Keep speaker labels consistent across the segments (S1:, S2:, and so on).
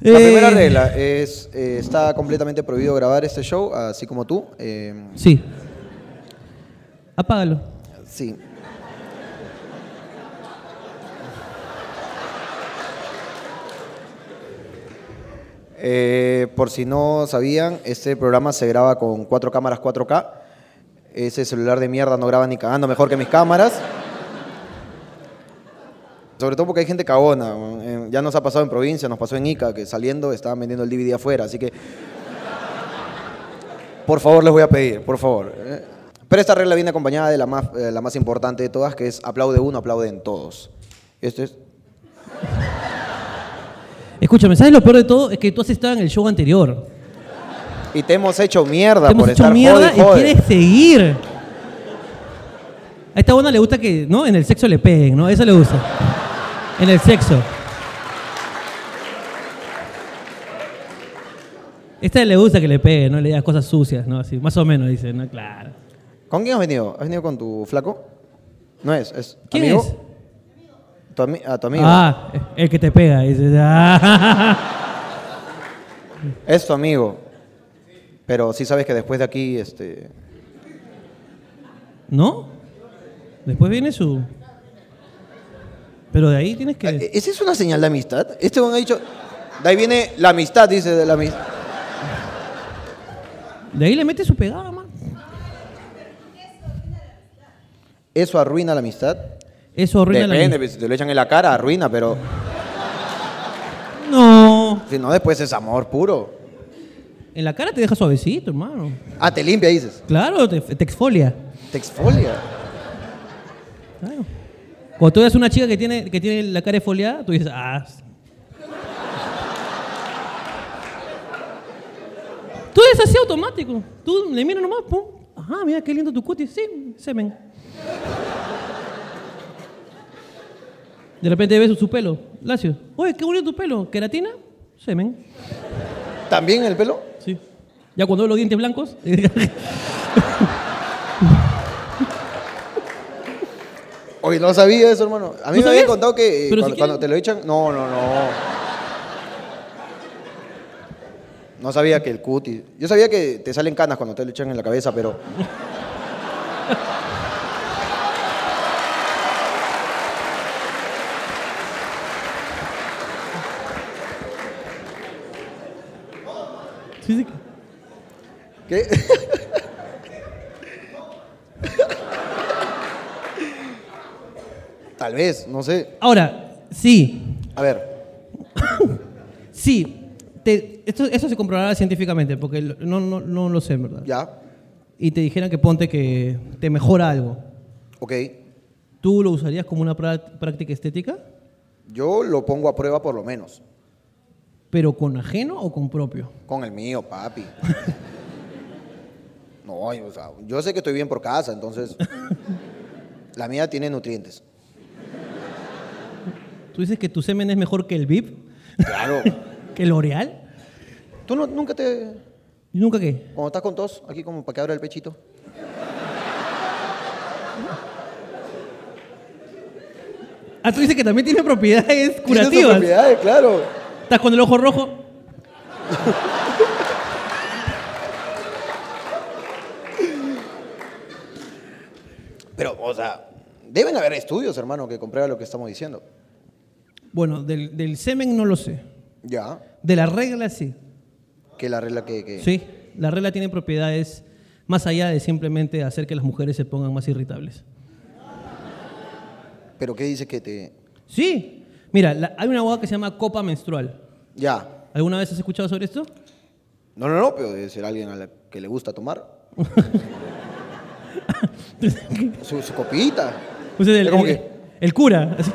S1: La
S2: Eh,
S1: primera regla es, eh, está completamente prohibido grabar este show, así como tú. eh,
S2: Sí. Apágalo.
S1: sí. Eh, por si no sabían, este programa se graba con cuatro cámaras 4K. Ese celular de mierda no graba ni cagando mejor que mis cámaras. Sobre todo porque hay gente cagona. weón. Eh, Ya nos ha pasado en provincia, nos pasó en Ica, que saliendo estaban vendiendo el DVD afuera. Así que, por favor, les voy a pedir, por favor. eh. Pero esta regla viene acompañada de la más, eh, la más importante de todas, que es aplaude uno, aplauden todos. Esto es...
S2: Escúchame, ¿sabes lo peor de todo? Es que tú has estado en el show anterior.
S1: Y te hemos hecho mierda
S2: Te hemos
S1: por
S2: hecho
S1: estar
S2: mierda
S1: jode, jode.
S2: y quieres seguir. A esta buena le gusta que, ¿no? En el sexo le peguen, ¿no? Eso le gusta. En el sexo. Esta le gusta que le peguen, ¿no? Le digas cosas sucias, ¿no? Así, más o menos, dice, ¿no? Claro.
S1: ¿Con quién has venido? ¿Has venido con tu flaco? No es, es
S2: ¿Quién
S1: amigo.
S2: es?
S1: Tu ami- a tu amigo.
S2: Ah, el que te pega, dice. ah.
S1: Es tu amigo. Pero sí sabes que después de aquí, este...
S2: ¿No? Después viene su... Pero de ahí tienes que...
S1: ¿E- ¿Esa es una señal de amistad? Este weón ha dicho. De ahí viene la amistad, dice de la amistad.
S2: De ahí le mete su pegada, man.
S1: ¿Eso arruina la amistad?
S2: Eso arruina la
S1: Depende, pues, si te lo echan en la cara, arruina, pero
S2: No.
S1: si no, después es amor puro.
S2: En la cara te deja suavecito, hermano.
S1: Ah, te limpia, dices.
S2: Claro, te, te exfolia.
S1: Te exfolia.
S2: Claro. Cuando tú ves una chica que tiene, que tiene la cara exfoliada, tú dices, ah. Tú eres así automático. Tú le miras nomás, pum. Ajá, mira qué lindo tu cutis. Sí, semen. De repente ves su pelo, lacio. Oye, qué bonito tu pelo. ¿Queratina? Semen.
S1: ¿También el pelo?
S2: Sí. Ya cuando veo los dientes blancos.
S1: Oye, no sabía eso, hermano. A mí
S2: ¿No
S1: me habían
S2: sabías?
S1: contado que eh,
S2: Pero
S1: cuando,
S2: si
S1: cuando
S2: quieren-
S1: te lo echan. No, no, no. No sabía que el cutis. Yo sabía que te salen canas cuando te lo echan en la cabeza, pero.
S2: Sí, sí.
S1: ¿Qué? Tal vez, no sé.
S2: Ahora, sí,
S1: A ver,
S2: sí. te- esto, eso se comprobará científicamente, porque lo- no, no, no lo sé, en verdad.
S1: ya.
S2: Y te dijeran que ponte que te mejora algo.
S1: Ok.
S2: ¿Tú lo usarías como una prá- práctica estética,
S1: Yo lo pongo a prueba por lo menos.
S2: pero con ajeno o con propio?
S1: Con el mío, papi. No, yo, o sea, yo sé que estoy bien por casa, entonces. La mía tiene nutrientes.
S2: ¿Tú dices que tu semen es mejor que el VIP,
S1: Claro.
S2: que el L'Oreal?
S1: ¿Tú no- nunca te.
S2: ¿Y nunca qué?
S1: Cuando estás con tos, aquí como para que abra el pechito?
S2: Ah, tú dices que también tiene propiedades
S1: Tiene sus
S2: curativas.
S1: propiedades, claro.
S2: ¿Estás con el ojo rojo?
S1: Pero, o sea, deben haber estudios, hermano, que comprueben lo que estamos diciendo.
S2: Bueno, del, del semen no lo sé.
S1: Ya.
S2: De la regla sí.
S1: Que la regla que... que-
S2: Sí, la regla tiene propiedades más allá de simplemente hacer que las mujeres se pongan más irritables.
S1: Pero ¿qué dice que te...
S2: Sí, mira, la- hay una hueá que se llama copa menstrual.
S1: Ya.
S2: ¿Alguna vez has escuchado sobre esto?
S1: No, no, no, pero debe ser alguien a la que le gusta tomar. su, su copita.
S2: O sea, el,
S1: ¿Cómo
S2: el-
S1: que?
S2: el cura. así.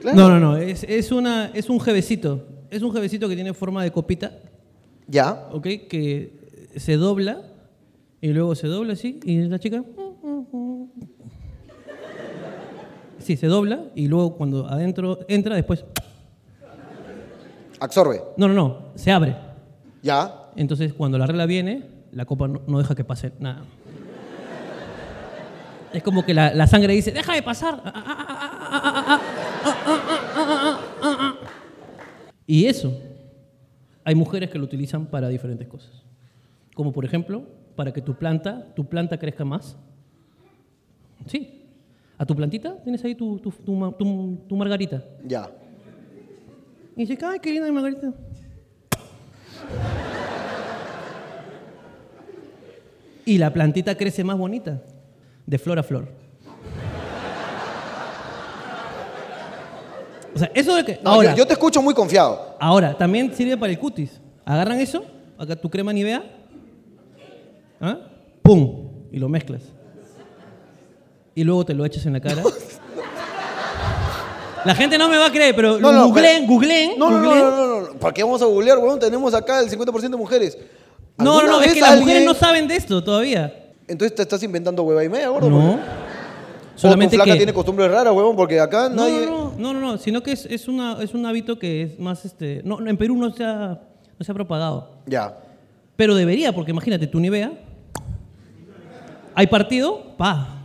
S1: Claro.
S2: No, no, no, es, es una, es un jevecito. Es un jevecito que tiene forma de copita,
S1: Ya.
S2: ¿ok? Que se dobla y luego se dobla así y la chica... Sí, se dobla y luego cuando adentro entra después...
S1: Absorbe.
S2: No, no, no, se abre.
S1: Ya.
S2: Entonces, cuando la regla viene, la copa no, no deja que pase nada. Es como que la, la sangre dice, deja de pasar. Ah, ah, ah, y eso, hay mujeres que lo utilizan para diferentes cosas. Como por ejemplo, para que tu planta, tu planta crezca más. Sí. A tu plantita tienes ahí tu, tu, tu, tu, tu margarita.
S1: Ya.
S2: Y dice, ay, qué linda mi margarita. y la plantita crece más bonita, de flor a flor. O sea, eso de que.
S1: No,
S2: ahora,
S1: yo, yo te escucho muy confiado.
S2: ahora, también sirve para el cutis. Agarran eso, acá tu crema Nivea, ¿ah? ¡pum! Y lo mezclas. Y luego te lo echas en la cara. La gente no me va a creer, pero
S1: No, no,
S2: googleen,
S1: pero-
S2: googleen,
S1: No, no, no,
S2: googleen.
S1: no, no, no. ¿Para qué vamos a googlear, weón? Tenemos acá el 50% de mujeres.
S2: No, no,
S1: ¿Alguna
S2: no, es
S1: vez
S2: que las mujeres
S1: alguien-
S2: no saben de esto todavía.
S1: Entonces te estás inventando hueva y media, gordo. porque-
S2: No.
S1: o tu
S2: Solamente
S1: flaca
S2: que.
S1: tiene costumbres raras, huevón, porque acá
S2: no,
S1: nadie...
S2: no, no, no, no, no, sino que es, es una, es un hábito que es más. este, no, no, En Perú no se, ha, no se ha propagado.
S1: Ya.
S2: Pero debería, porque imagínate, tú ni vea. Hay partido, pa.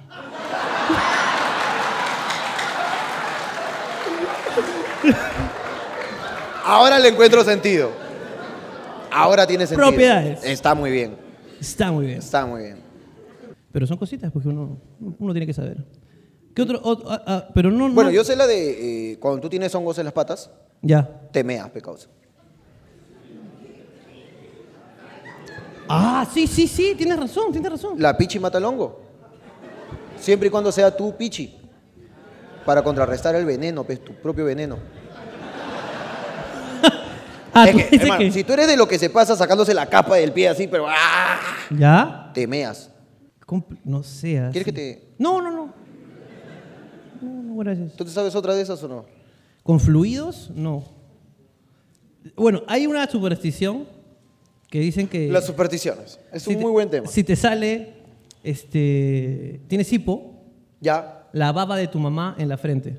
S1: Ahora le encuentro sentido. Ahora tiene sentido.
S2: Propiedades.
S1: Está muy bien,
S2: Está muy bien.
S1: está muy bien.
S2: Pero son cositas porque uno, uno tiene que saber. ¿Qué otro? ot- ah, ah, pero no.
S1: Bueno,
S2: no-
S1: yo sé la de eh, cuando tú tienes hongos en las patas,
S2: Ya.
S1: te meas, pecados.
S2: Ah, sí, sí, sí, tienes razón, tienes razón.
S1: La pichi mata el hongo. Siempre y cuando sea tu pichi. Para contrarrestar el veneno, pues, tu propio veneno.
S2: Ah,
S1: Es
S2: tú
S1: que,
S2: dices
S1: hermano,
S2: que-
S1: si tú eres de lo que se pasa sacándose la capa del pie así, pero ¡ah!
S2: ¿Ya?
S1: te meas.
S2: Compl- No seas.
S1: ¿Quieres que te-
S2: No, no, no. No, no, gracias.
S1: ¿Tú te sabes otra de esas o no?
S2: ¿Con fluidos? No. Bueno, hay una superstición que dicen que.
S1: Las supersticiones. Es
S2: si
S1: un
S2: te-
S1: muy buen tema.
S2: Si te sale, este, tienes hipo,
S1: Ya.
S2: la baba de tu mamá en la frente.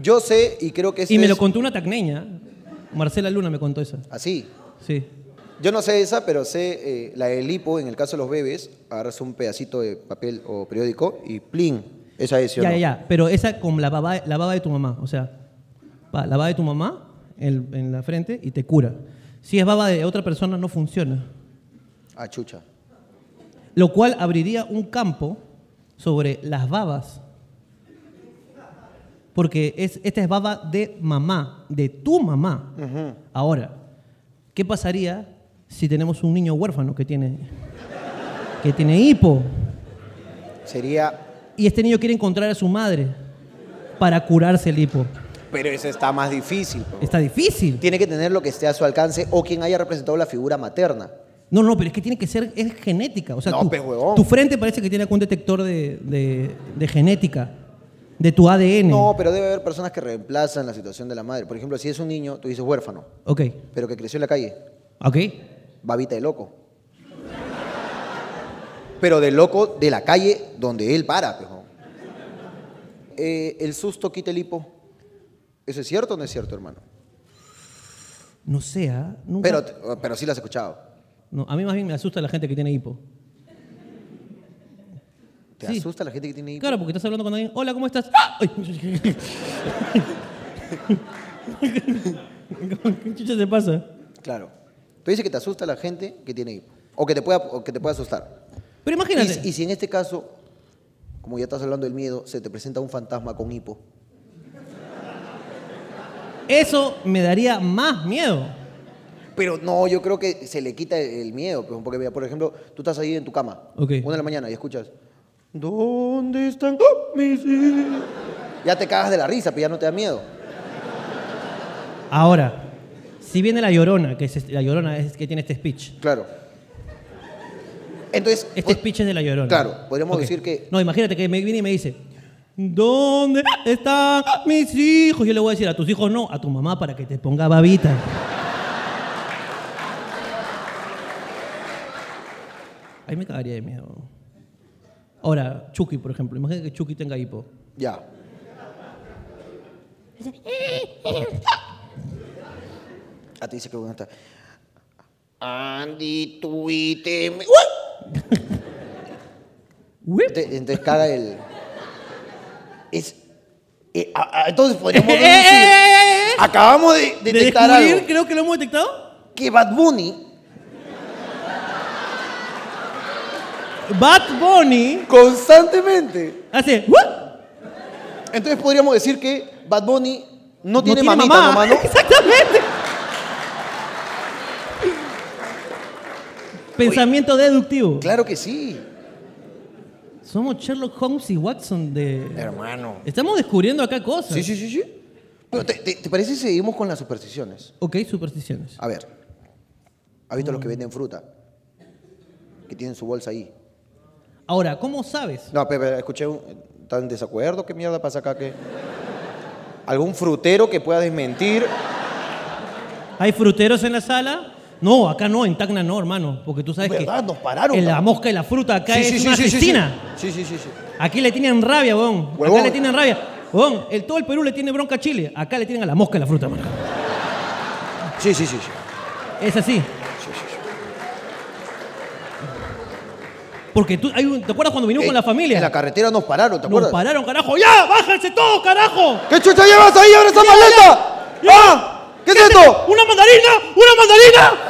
S1: Yo sé y creo que este
S2: y me lo
S1: es-
S2: contó una tacneña. Marcela Luna me contó esa.
S1: Así.
S2: Sí.
S1: Yo no sé esa, pero sé eh, la del hipo, en el caso de los bebés, agarras un pedacito de papel o periódico y plin. Esa es, ¿sí o
S2: ya,
S1: no?
S2: ya, ya. Pero esa con la baba, la baba de tu mamá. O sea, va, la baba de tu mamá en, en la frente y te cura. Si es baba de otra persona, no funciona.
S1: Ah, chucha.
S2: lo cual abriría un campo sobre las babas. Porque es, esta es baba de mamá, de tu mamá. Ahora, ¿qué pasaría si tenemos un niño huérfano que tiene, que tiene hipo?
S1: Sería...
S2: Y este niño quiere encontrar a su madre para curarse el hipo.
S1: Pero esa está más difícil. po.
S2: Está difícil.
S1: Tiene que tener lo que esté a su alcance o quien haya representado la figura materna.
S2: No, no, pero es que tiene que ser, es genética. O sea,
S1: No,
S2: tu,
S1: pues, huevón.
S2: tu frente parece que tiene algún detector de, de- de genética, de tu ADN.
S1: No, pero debe haber personas que reemplazan la situación de la madre. Por ejemplo, si es un niño, tú dices huérfano,
S2: Ok,
S1: pero que creció en la calle,
S2: ok.
S1: babita de loco. Pero de loco de la calle donde él para, pejo. Eh, el susto quita el hipo. ¿Eso es cierto o no es cierto, hermano?
S2: No sé, ¿ah? Nunca-
S1: Pero, oh, pero sí lo has escuchado.
S2: No, a mí más bien me asusta la gente que tiene hipo.
S1: ¿Te
S2: Sí.
S1: asusta la gente que tiene hipo?
S2: Claro, porque estás hablando con alguien. Hola, ¿cómo estás? ¡Ah! ¡Ay! ¿Qué chucha te pasa?
S1: Claro. Tú dices que te asusta la gente que tiene hipo. O que te pueda, o que te pueda asustar.
S2: Pero
S1: Y,
S2: imagínate.
S1: si- y si en este caso, como ya estás hablando del miedo, se te presenta un fantasma con hipo.
S2: Eso me daría más miedo.
S1: Pero no, yo creo que se le quita el el miedo. pues, Porque, mira, por ejemplo, tú estás ahí en tu cama,
S2: Ok.
S1: una de la mañana, y escuchas, ¿dónde están ¡Ah, mis hijos?". Ya te cagas de la risa, pero ya no te da miedo.
S2: Ahora, si viene la llorona, que es este- la llorona es que tiene este speech.
S1: Claro. Entonces,
S2: Este
S1: pues,
S2: speech es de la llorona.
S1: claro, podríamos
S2: Ok.
S1: decir que-
S2: No, imagínate que me viene y me dice. ¿Dónde están mis hijos? Yo le voy a decir a tus hijos no, a tu mamá para que te ponga babita. Ahí me cagaría de miedo. Ahora, Chucky, por ejemplo. Imagínate que Chucky tenga hipo.
S1: ya. A ti Ah, dice que bueno está. Andy, tuite. ¡Uy!
S2: Whip.
S1: Ente- Entonces caga el. Es. eh, a- a- entonces podríamos
S2: ¡Eh, eh,
S1: deducir-
S2: eh, eh, eh!
S1: Acabamos de
S2: De
S1: detectar
S2: descubrir,
S1: algo.
S2: creo que lo hemos detectado.
S1: Que Bad Bunny
S2: Bad Bunny
S1: constantemente.
S2: hace. "Whip".
S1: Entonces podríamos decir que Bad Bunny no,
S2: No
S1: tiene, mamita,
S2: mamá.
S1: nomás, ¿no?
S2: Exactamente. Pensamiento deductivo.
S1: Claro que sí.
S2: Somos Sherlock Holmes y Watson de.
S1: Hermano.
S2: Estamos descubriendo acá cosas.
S1: Sí, sí, sí, sí. Pero te, te- ¿te parece si seguimos con las supersticiones?
S2: Ok, supersticiones.
S1: A ver. ¿Has visto los que venden fruta? Que tienen su bolsa ahí.
S2: Ahora, ¿cómo sabes?
S1: No, pero escuché un tan desacuerdo, qué mierda pasa acá que algún frutero que pueda desmentir.
S2: ¿Hay fruteros en la sala? No, acá no, en Tacna no, hermano. Porque tú sabes
S1: ¿Verdad?
S2: que.
S1: Nos pararon,
S2: en la
S1: cabrón.
S2: mosca y la fruta acá
S1: Sí,
S2: es
S1: sí, sí,
S2: una
S1: sí, sí, sí.
S2: asesina.
S1: Sí, sí, sí, sí.
S2: Aquí le tienen rabia, weón.
S1: Huevón.
S2: Acá le tienen rabia. Weón, el, todo el Perú le tiene bronca a Chile. Acá le tienen a la mosca y la fruta, mano.
S1: Sí, sí, sí, sí.
S2: Es así.
S1: Sí, sí, sí.
S2: Porque tú, hay un- ¿te acuerdas cuando vinimos
S1: Eh,
S2: con la familia?
S1: En la carretera nos pararon, ¿te
S2: Nos
S1: acuerdas?
S2: pararon, carajo. ¡Ya! ¡Bájense todos, carajo!
S1: ¿Qué chucha llevas ahí? ¡Abre esa maleta!
S2: ya.
S1: ¡Ah! ¿Qué es esto?
S2: ¡Una mandarina! ¡Una mandarina!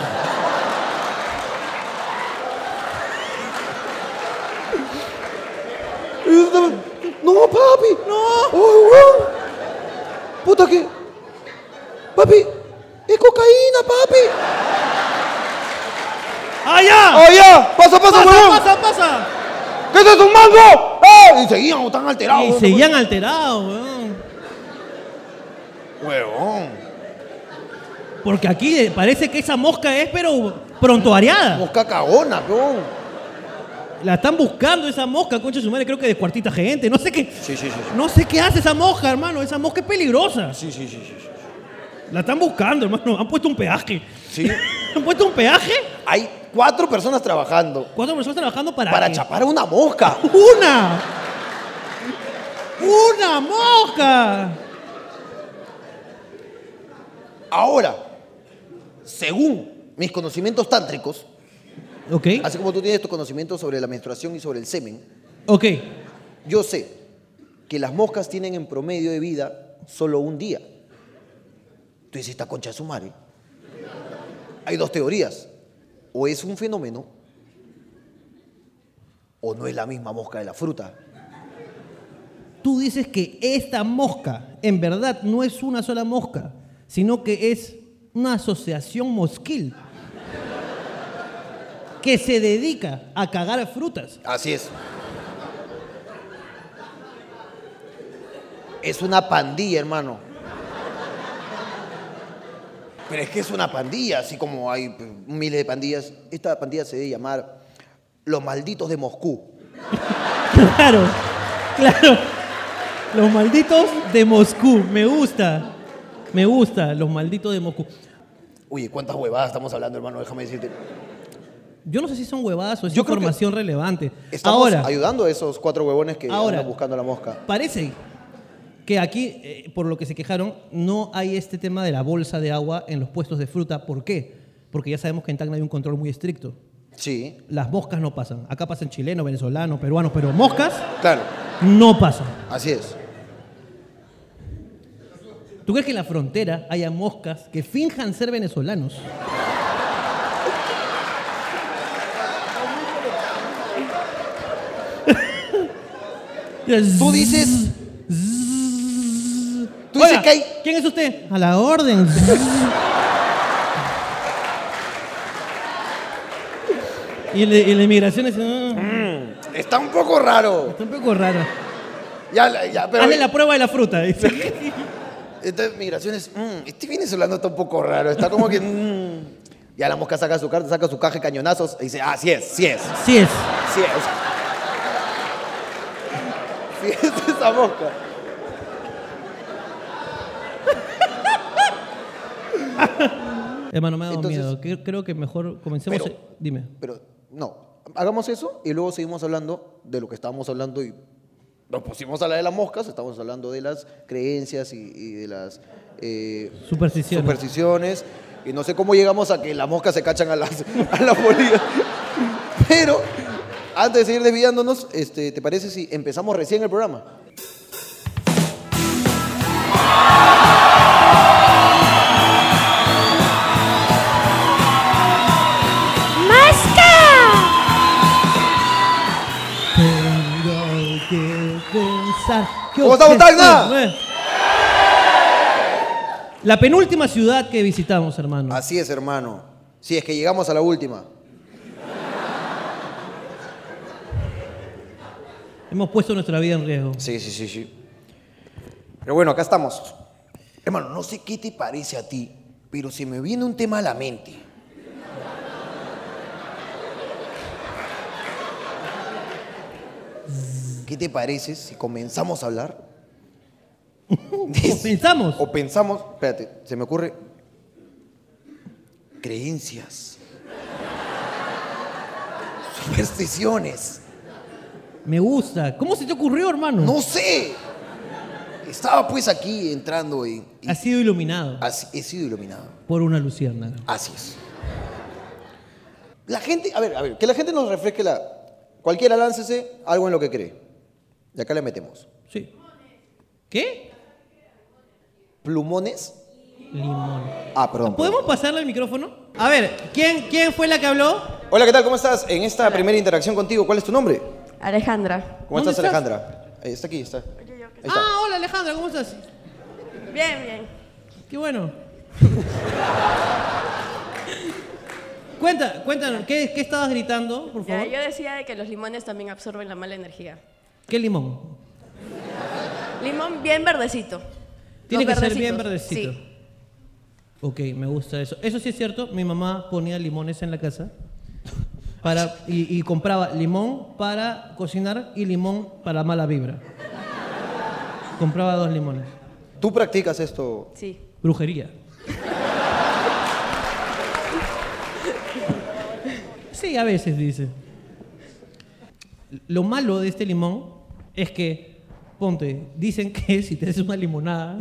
S1: No, papi.
S2: No.
S1: Oh, weón. Puta que. Papi, es cocaína, papi.
S2: ¡Allá!
S1: ¡Ah, ya! ¡Pasa, pasa,
S2: ¡Pasa,
S1: weón!
S2: pasa, pasa!
S1: ¿Qué es eso, un mango? ¡Ah! Y seguían tan alterados.
S2: Y
S1: weón.
S2: seguían alterados, weón.
S1: Huevón.
S2: Porque aquí parece que esa mosca es, pero prontuariada.
S1: Mosca cagona, weón.
S2: La están buscando esa mosca, concha de su madre, creo que de cuartita gente. No sé qué.
S1: Sí, sí, sí.
S2: No sé qué hace esa mosca, hermano. Esa mosca es peligrosa.
S1: Sí, sí, sí, sí. sí, sí.
S2: La están buscando, hermano. Han puesto un peaje.
S1: Sí.
S2: Han puesto un peaje.
S1: Hay cuatro personas trabajando
S2: Cuatro personas trabajando para.
S1: para
S2: que-
S1: chapar a una mosca.
S2: ¡Una! ¡Una mosca!
S1: Ahora, según mis conocimientos tántricos,
S2: Ok.
S1: así como tú tienes tus conocimientos sobre la menstruación y sobre el semen,
S2: Ok.
S1: yo sé que las moscas tienen en promedio de vida solo un día. Tú dices, esta concha de su madre. Hay dos teorías. O es un fenómeno, o no es la misma mosca de la fruta.
S2: Tú dices que esta mosca, en verdad, no es una sola mosca, sino que es una asociación mosquil que se dedica a cagar frutas.
S1: Así es. Es una pandilla, hermano. Pero es que es una pandilla, así como hay pues, miles de pandillas. Esta pandilla se debe llamar Los Malditos de Moscú.
S2: Claro, claro. Los malditos de Moscú, me gusta. Me gusta, los malditos de Moscú.
S1: Oye, cuántas huevadas estamos hablando, hermano, déjame decirte.
S2: Yo no sé si son huevadas o es
S1: Yo creo que
S2: información relevante.
S1: Estamos
S2: Ahora,
S1: ayudando a esos cuatro huevones que
S2: Ahora.
S1: andan buscando la mosca.
S2: parece que aquí, eh, por lo que se quejaron, no hay este tema de la bolsa de agua en los puestos de fruta. ¿Por qué? Porque ya sabemos que en Tacna hay un control muy estricto.
S1: Sí,
S2: Las moscas no pasan. Acá pasan chilenos, venezolanos, peruanos, pero moscas
S1: claro,
S2: no pasan.
S1: así es.
S2: ¿Tú crees que en la frontera haya moscas que finjan ser venezolanos?
S1: Tú dices. Tú dices
S2: Oiga,
S1: que hay
S2: ¿Quién es usted? A la orden. y, la- y la inmigración es. ah,
S1: Está un poco raro.
S2: está un poco rara.
S1: Ya, ya, pero.
S2: Hazle la prueba de la fruta. dice.
S1: Entonces, migraciones. Mmm, este venezolano está un poco raro. Está como que. mm. Ya la mosca saca su carta, saca su caja de cañonazos y dice: Ah, sí es, sí es,
S2: Sí es.
S1: sí es. Sí es esa mosca.
S2: Hermano, me ha dado
S1: Entonces-
S2: miedo. Cre- Creo que mejor comencemos.
S1: Pero-
S2: Dime.
S1: Pero no, hagamos eso y luego seguimos hablando de lo que estábamos hablando y nos pusimos a hablar de las moscas, estamos hablando de las creencias y, y de las eh,
S2: Superstición.
S1: supersticiones Y no sé cómo llegamos a que las moscas se cachan a las, a las polillas. Pero, antes de seguir desviándonos, este, ¿te parece si empezamos recién el programa?
S3: ¡Masca!
S2: Tengo que pensar. que
S1: ¿Cómo estamos,
S2: usted
S1: Tacna?
S2: no es. La penúltima ciudad que visitamos, hermano.
S1: Así es, hermano. Si es que llegamos a la última.
S2: Hemos puesto nuestra vida en riesgo.
S1: Sí, sí, sí, sí. Pero bueno, acá estamos. Hermano, no sé qué te parece a ti, pero se me viene un tema a la mente. ¿Qué te parece si comenzamos a hablar?
S2: Comenzamos.
S1: O pensamos, espérate, se me ocurre. Creencias. Supersticiones.
S2: Me gusta. ¿Cómo se te ocurrió, hermano?
S1: No sé. Estaba pues aquí entrando en. y
S2: Ha sido iluminado
S1: así- he sido iluminado.
S2: por una luciérnaga.
S1: Así es. La gente, a ver, a ver, que la gente nos refresque la. Cualquiera láncese algo en lo que cree. Y acá le metemos.
S2: Sí. ¿Qué?
S1: Plumones.
S2: Limón.
S1: Ah, perdón.
S2: ¿Podemos pasarle el micrófono? A ver, ¿quién, quién fue la que habló?
S1: Hola, ¿qué tal? ¿Cómo estás? En esta primera interacción contigo, ¿cuál es tu nombre?
S4: Alejandra.
S1: ¿Cómo
S2: ¿Dónde
S1: estás,
S2: estás?
S1: Alejandra? Ahí está aquí, está. Ahí está.
S2: Ah, hola Alejandra, ¿cómo estás?
S4: Bien, bien.
S2: Qué bueno. Cuenta, cuéntanos, ¿qué, qué estabas gritando, por
S4: Ya,
S2: favor?
S4: yo decía de que los limones también absorben la mala energía.
S2: ¿Qué limón?
S4: Limón bien verdecito.
S2: Tiene
S4: Los
S2: que ser
S4: verdecitos,
S2: bien verdecito.
S4: Sí.
S2: Ok, me gusta eso. Eso sí es cierto, mi mamá ponía limones en la casa para, y, y compraba limón para cocinar y limón para mala vibra. Compraba dos limones.
S1: ¿Tú practicas esto?
S4: Sí.
S2: Brujería. Sí, a veces dice. Lo malo de este limón es que, ponte, dicen que si te haces una limonada,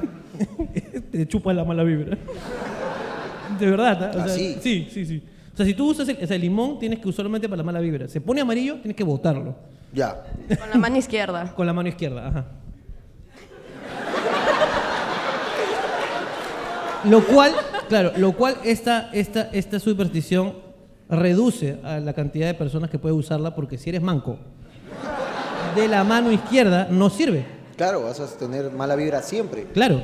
S2: te chupa la mala vibra. De verdad, ¿ah? O
S1: ¿Ah,
S2: sea,
S1: sí?
S2: sí, sí, sí. O sea, si tú usas el, o sea, el limón, tienes que usarlo solamente para la mala vibra. Se pone amarillo, tienes que botarlo.
S1: Ya.
S4: Con la mano izquierda.
S2: Con la mano izquierda, ajá. Lo cual, claro, lo cual esta, esta, esta superstición reduce a la cantidad de personas que puede usarla porque si eres manco de la mano izquierda no sirve,
S1: Claro, vas a tener mala vibra siempre.
S2: claro.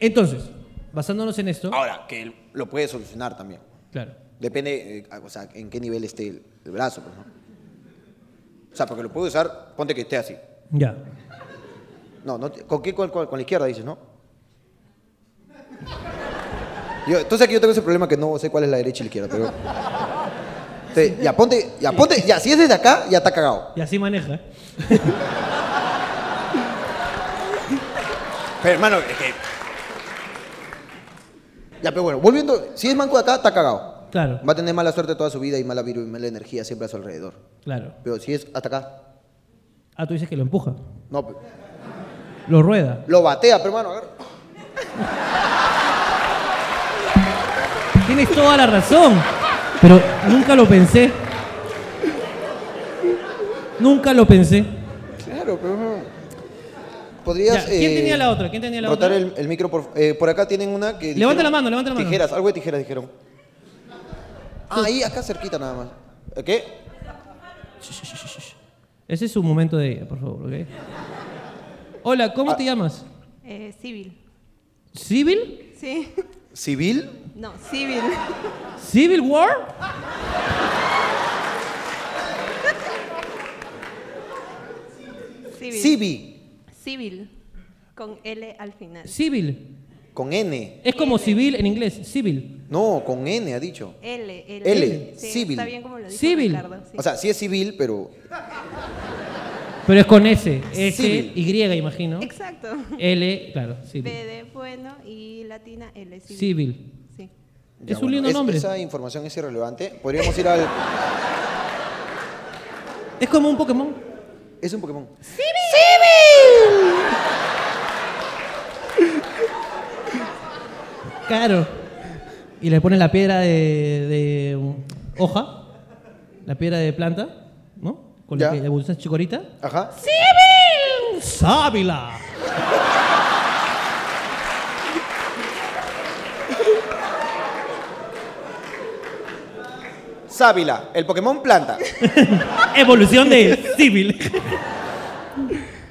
S2: Entonces, basándonos en esto,
S1: Ahora, que lo puedes solucionar también.
S2: claro,
S1: Depende, eh, o sea, en qué nivel esté el, el brazo, pues, ¿no? O sea, porque lo puedes usar, ponte que esté así.
S2: ya.
S1: No, no te- ¿con qué? Con, con- con la izquierda dices, ¿no? Yo, entonces aquí yo tengo ese problema que no sé cuál es la derecha y la izquierda, pero... Te- ya, ponte, ya, ponte, ya, si es desde acá, ya está cagado.
S2: Y así maneja.
S1: Pero hermano, es que... Ya, pero bueno, volviendo, si es manco de acá, está cagado.
S2: Claro,
S1: Va a tener mala suerte toda su vida y mala virus y mala energía siempre a su alrededor.
S2: claro.
S1: Pero si es hasta acá,
S2: Ah, tú dices que lo empuja,
S1: no, pe-
S2: lo rueda.
S1: lo batea, pero hermano, agarra.
S2: Tienes toda la razón, pero nunca lo pensé. Nunca lo pensé.
S1: Claro, pero... Podrías...
S2: Ya, ¿Quién
S1: eh,
S2: tenía la otra? ¿Quién tenía la
S1: Rotar
S2: otra?
S1: el, el micro, por, eh, por acá tienen una que...
S2: Levanta la mano, levanta la mano.
S1: Tijeras, algo de tijeras dijeron. Ah, ahí, acá cerquita nada más. ¿Eh, ¿Qué?
S2: Shh, shh, shh, shh. Ese es su momento de ella, por favor, ¿ok? Hola, ¿cómo te llamas?
S5: Eh, civil.
S2: ¿Civil?
S5: Sí.
S1: ¿Civil?
S5: No, civil.
S2: ¿Civil War?
S5: Civil.
S1: Civi,
S5: Civil. Con L al final.
S2: Civil.
S1: con N.
S2: Es como civil en inglés, civil.
S1: No, con N ha dicho.
S5: L. L.
S1: L,
S5: Sí,
S1: civil.
S5: Está bien como lo dijo
S2: Civil.
S5: Ricardo. sí.
S1: O sea, sí es civil, pero...
S2: Pero es con S. S,
S1: Civil.
S2: Y, imagino.
S5: Exacto.
S2: L, claro,
S5: B
S2: civil.
S5: de bueno y latina L. Civil.
S2: Civil.
S5: Sí.
S1: Ya,
S2: Es un lindo nombre.
S1: Esa información es irrelevante. Podríamos ir al...
S2: Es como un Pokémon.
S1: Es un Pokémon.
S2: Claro. Y le pones la piedra de, de, um, hoja, la piedra de planta, ¿no? Con
S1: Ya.
S2: la que le usas chicorita.
S1: Ajá.
S2: ¡Sábila!
S1: Sábila, el Pokémon planta.
S2: Evolución de civil.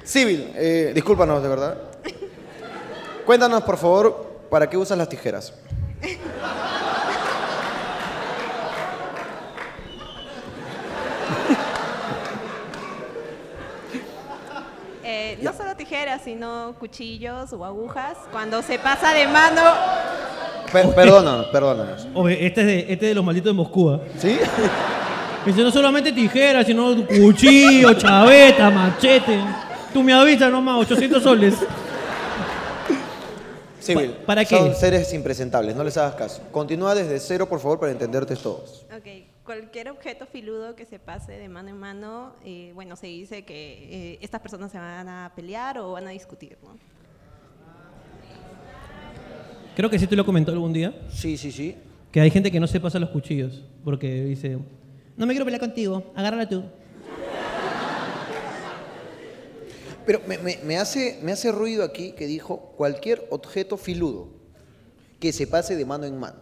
S1: Civil, eh, discúlpanos de verdad. Cuéntanos, por favor, ¿para qué usas las tijeras?
S5: Eh, no solo tijeras, sino cuchillos o agujas. Cuando se pasa de mano,
S1: Per- perdónanos, perdónanos.
S2: Oye, este es, de, este es de los malditos de Moscú. ¿ah?
S1: ¿Sí?
S2: Dice, no solamente tijeras, sino cuchillo, chaveta, machete. Tú me avisas nomás, 800 soles.
S1: Civil.
S2: Pa- ¿para qué?
S1: Son seres impresentables, no les hagas caso. Continúa desde cero, por favor, para entenderte todos.
S5: ok, cualquier objeto filudo que se pase de mano en mano, eh, bueno, se dice que eh, estas personas se van a pelear o van a discutir, ¿no?
S2: Creo que sí te lo comentó algún día.
S1: Sí, sí, sí.
S2: Que hay gente que no se pasa los cuchillos. Porque dice, no me quiero pelear contigo, agárrala tú.
S1: Pero me, me- me hace, me hace ruido aquí que dijo cualquier objeto filudo que se pase de mano en mano.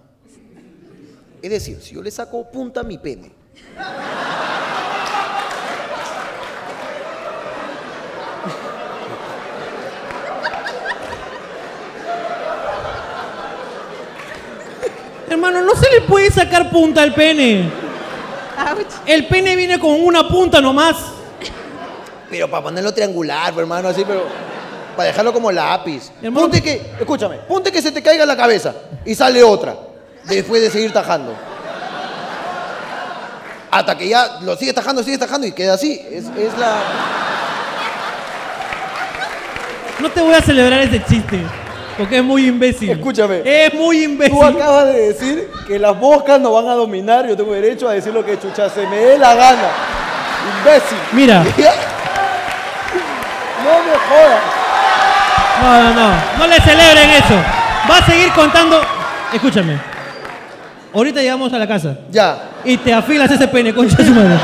S1: Es decir, si yo le saco punta a mi pene,
S2: Hermano, no se le puede sacar punta al pene.
S5: ¡Auch!
S2: El pene viene con una punta nomás.
S1: pero para ponerlo triangular, pues, hermano, así, pero para dejarlo como lápiz.
S2: Hermano.
S1: Ponte que, escúchame, ponte que se te caiga la cabeza y sale otra, después de seguir tajando. Hasta que ya lo sigues tajando, sigues tajando y queda así. Es, es la...
S2: No te voy a celebrar ese chiste. Porque es muy imbécil.
S1: Escúchame.
S2: Es muy imbécil.
S1: Tú acabas de decir que las moscas no van a dominar, yo tengo derecho a decir lo que chucha se me dé la gana. Imbécil.
S2: Mira.
S1: no me jodas.
S2: No, no, no. No le celebren eso. Va a seguir contando. Escúchame. Ahorita llegamos a la casa.
S1: Ya.
S2: Y te afilas ese pene, concha de su madre.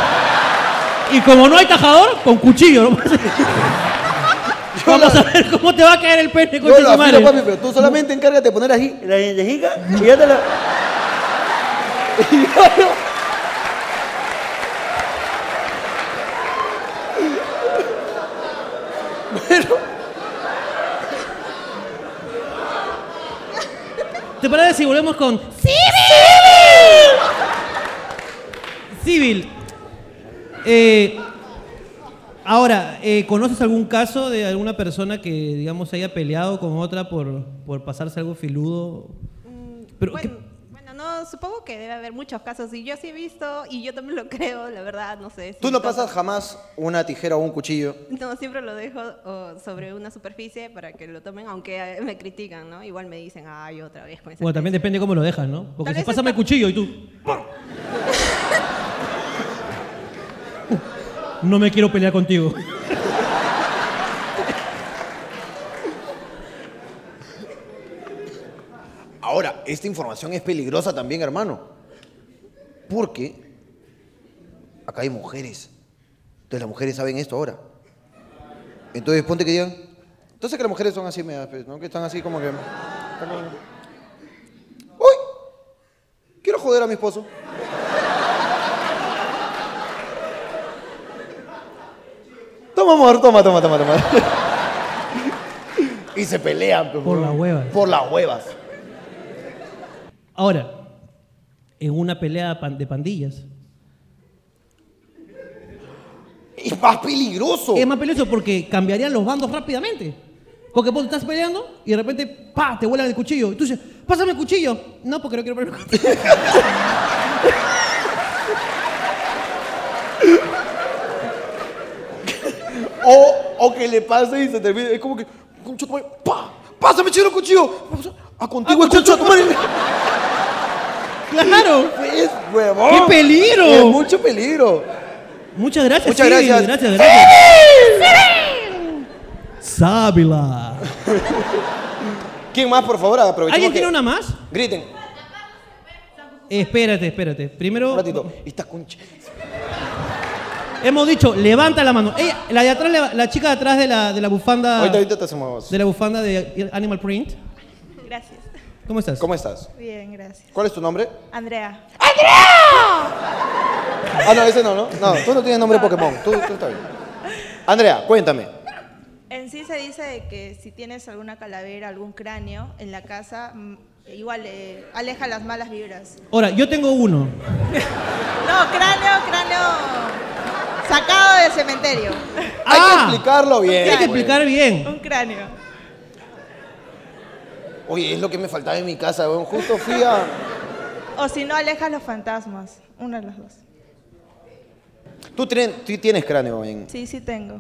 S2: Y como no hay tajador, con cuchillo. ¿no? Vamos
S1: la-
S2: a ver cómo te va a caer el pene,
S1: Yo
S2: concha Pues de
S1: lo
S2: su madre.
S1: afilo, papi, pero tú solamente encárgate de poner así la lentejica y ya te la... Y yo lo-
S2: ¿Te parece si volvemos con Civil? Civil. Eh, ahora, eh, ¿conoces algún caso de alguna persona que, digamos, haya peleado con otra por, por pasarse algo filudo? Pero, ¿qué-
S5: Mm, Bueno, bueno, no, supongo que debe haber muchos casos. Y yo sí he visto, y yo también lo creo, la verdad, no sé.
S1: Tú no
S5: siento-
S1: pasas jamás una tijera o un cuchillo.
S5: No, siempre lo dejo o, sobre una superficie para que lo tomen, aunque eh, me critican, ¿no? Igual me dicen, ay, otra vez con esa
S2: Bueno, también depende cómo lo dejas, ¿no? Porque
S5: Tal
S2: si
S5: vez
S2: pásame el
S5: está-
S2: cuchillo y tú... ¡pum! No me quiero pelear contigo.
S1: Ahora, esta información es peligrosa también, hermano. Porque acá hay mujeres. Entonces las mujeres saben esto ahora. Entonces ponte que digan. Entonces que las mujeres son así medias, pues, ¿no? Que están así como que. están como que, ¡Uy! Quiero joder a mi esposo. Toma, amor, toma, toma, toma, toma. y se pelean. pues,
S2: Por
S1: ¿no?
S2: las huevas.
S1: Por las huevas.
S2: Ahora, en una pelea pan- de pandillas...
S1: Es más peligroso.
S2: Es más peligroso porque cambiarían los bandos rápidamente. Porque vos estás peleando y de repente, pa, te vuelan el cuchillo. Y tú dices, pásame el cuchillo. No, porque no quiero pelear contigo.
S1: O, o que le pase y se termine. Es como que. "Concha tu madre, ¡Pa! ¡Pásame chino cuchillo! ¡A contigo
S2: Ah,
S1: el concha tu madre".
S2: ¡Claro!
S1: Es huevón.
S2: ¡Qué peligro!
S1: Es mucho peligro.
S2: Muchas gracias.
S1: Muchas
S2: sí,
S1: gracias.
S2: Gracias, gracias. Sábila.
S1: ¿Quién más, por favor? Aprovechemos
S2: ¿Alguien
S1: que-
S2: tiene una más?
S1: Griten.
S2: Espérate, espérate. Primero,
S1: Un ratito. Esta concha.
S2: hemos dicho, levanta la mano. Ella- la de atrás, la, la chica de atrás de la, de la bufanda.
S1: Ahorita, ahorita te hacemos.
S2: De la bufanda de Animal Print.
S5: Gracias.
S2: ¿Cómo estás?
S1: ¿Cómo estás?
S5: Bien, gracias.
S1: ¿Cuál es tu nombre?
S5: Andrea.
S1: Ah, no, ese no, ¿no? No, tú no tienes nombre Pokémon. Tú, tú estás bien. Andrea, cuéntame.
S5: En sí se dice de que si tienes alguna calavera, algún cráneo en la casa, mm, igual eh, aleja las malas vibras.
S2: Ahora, yo tengo uno.
S5: No, cráneo, cráneo sacado del cementerio.
S1: Hay que
S2: ¡Ah!
S1: explicarlo bien.
S2: Tienes que
S1: güey.
S2: explicar bien.
S5: Un cráneo.
S1: Oye, es lo que me faltaba en mi casa, weón. Justo fui a.
S5: O si no, alejas los fantasmas. Una de las dos.
S1: Tú, tren- tú tienes cráneo, en...
S5: Sí, sí tengo.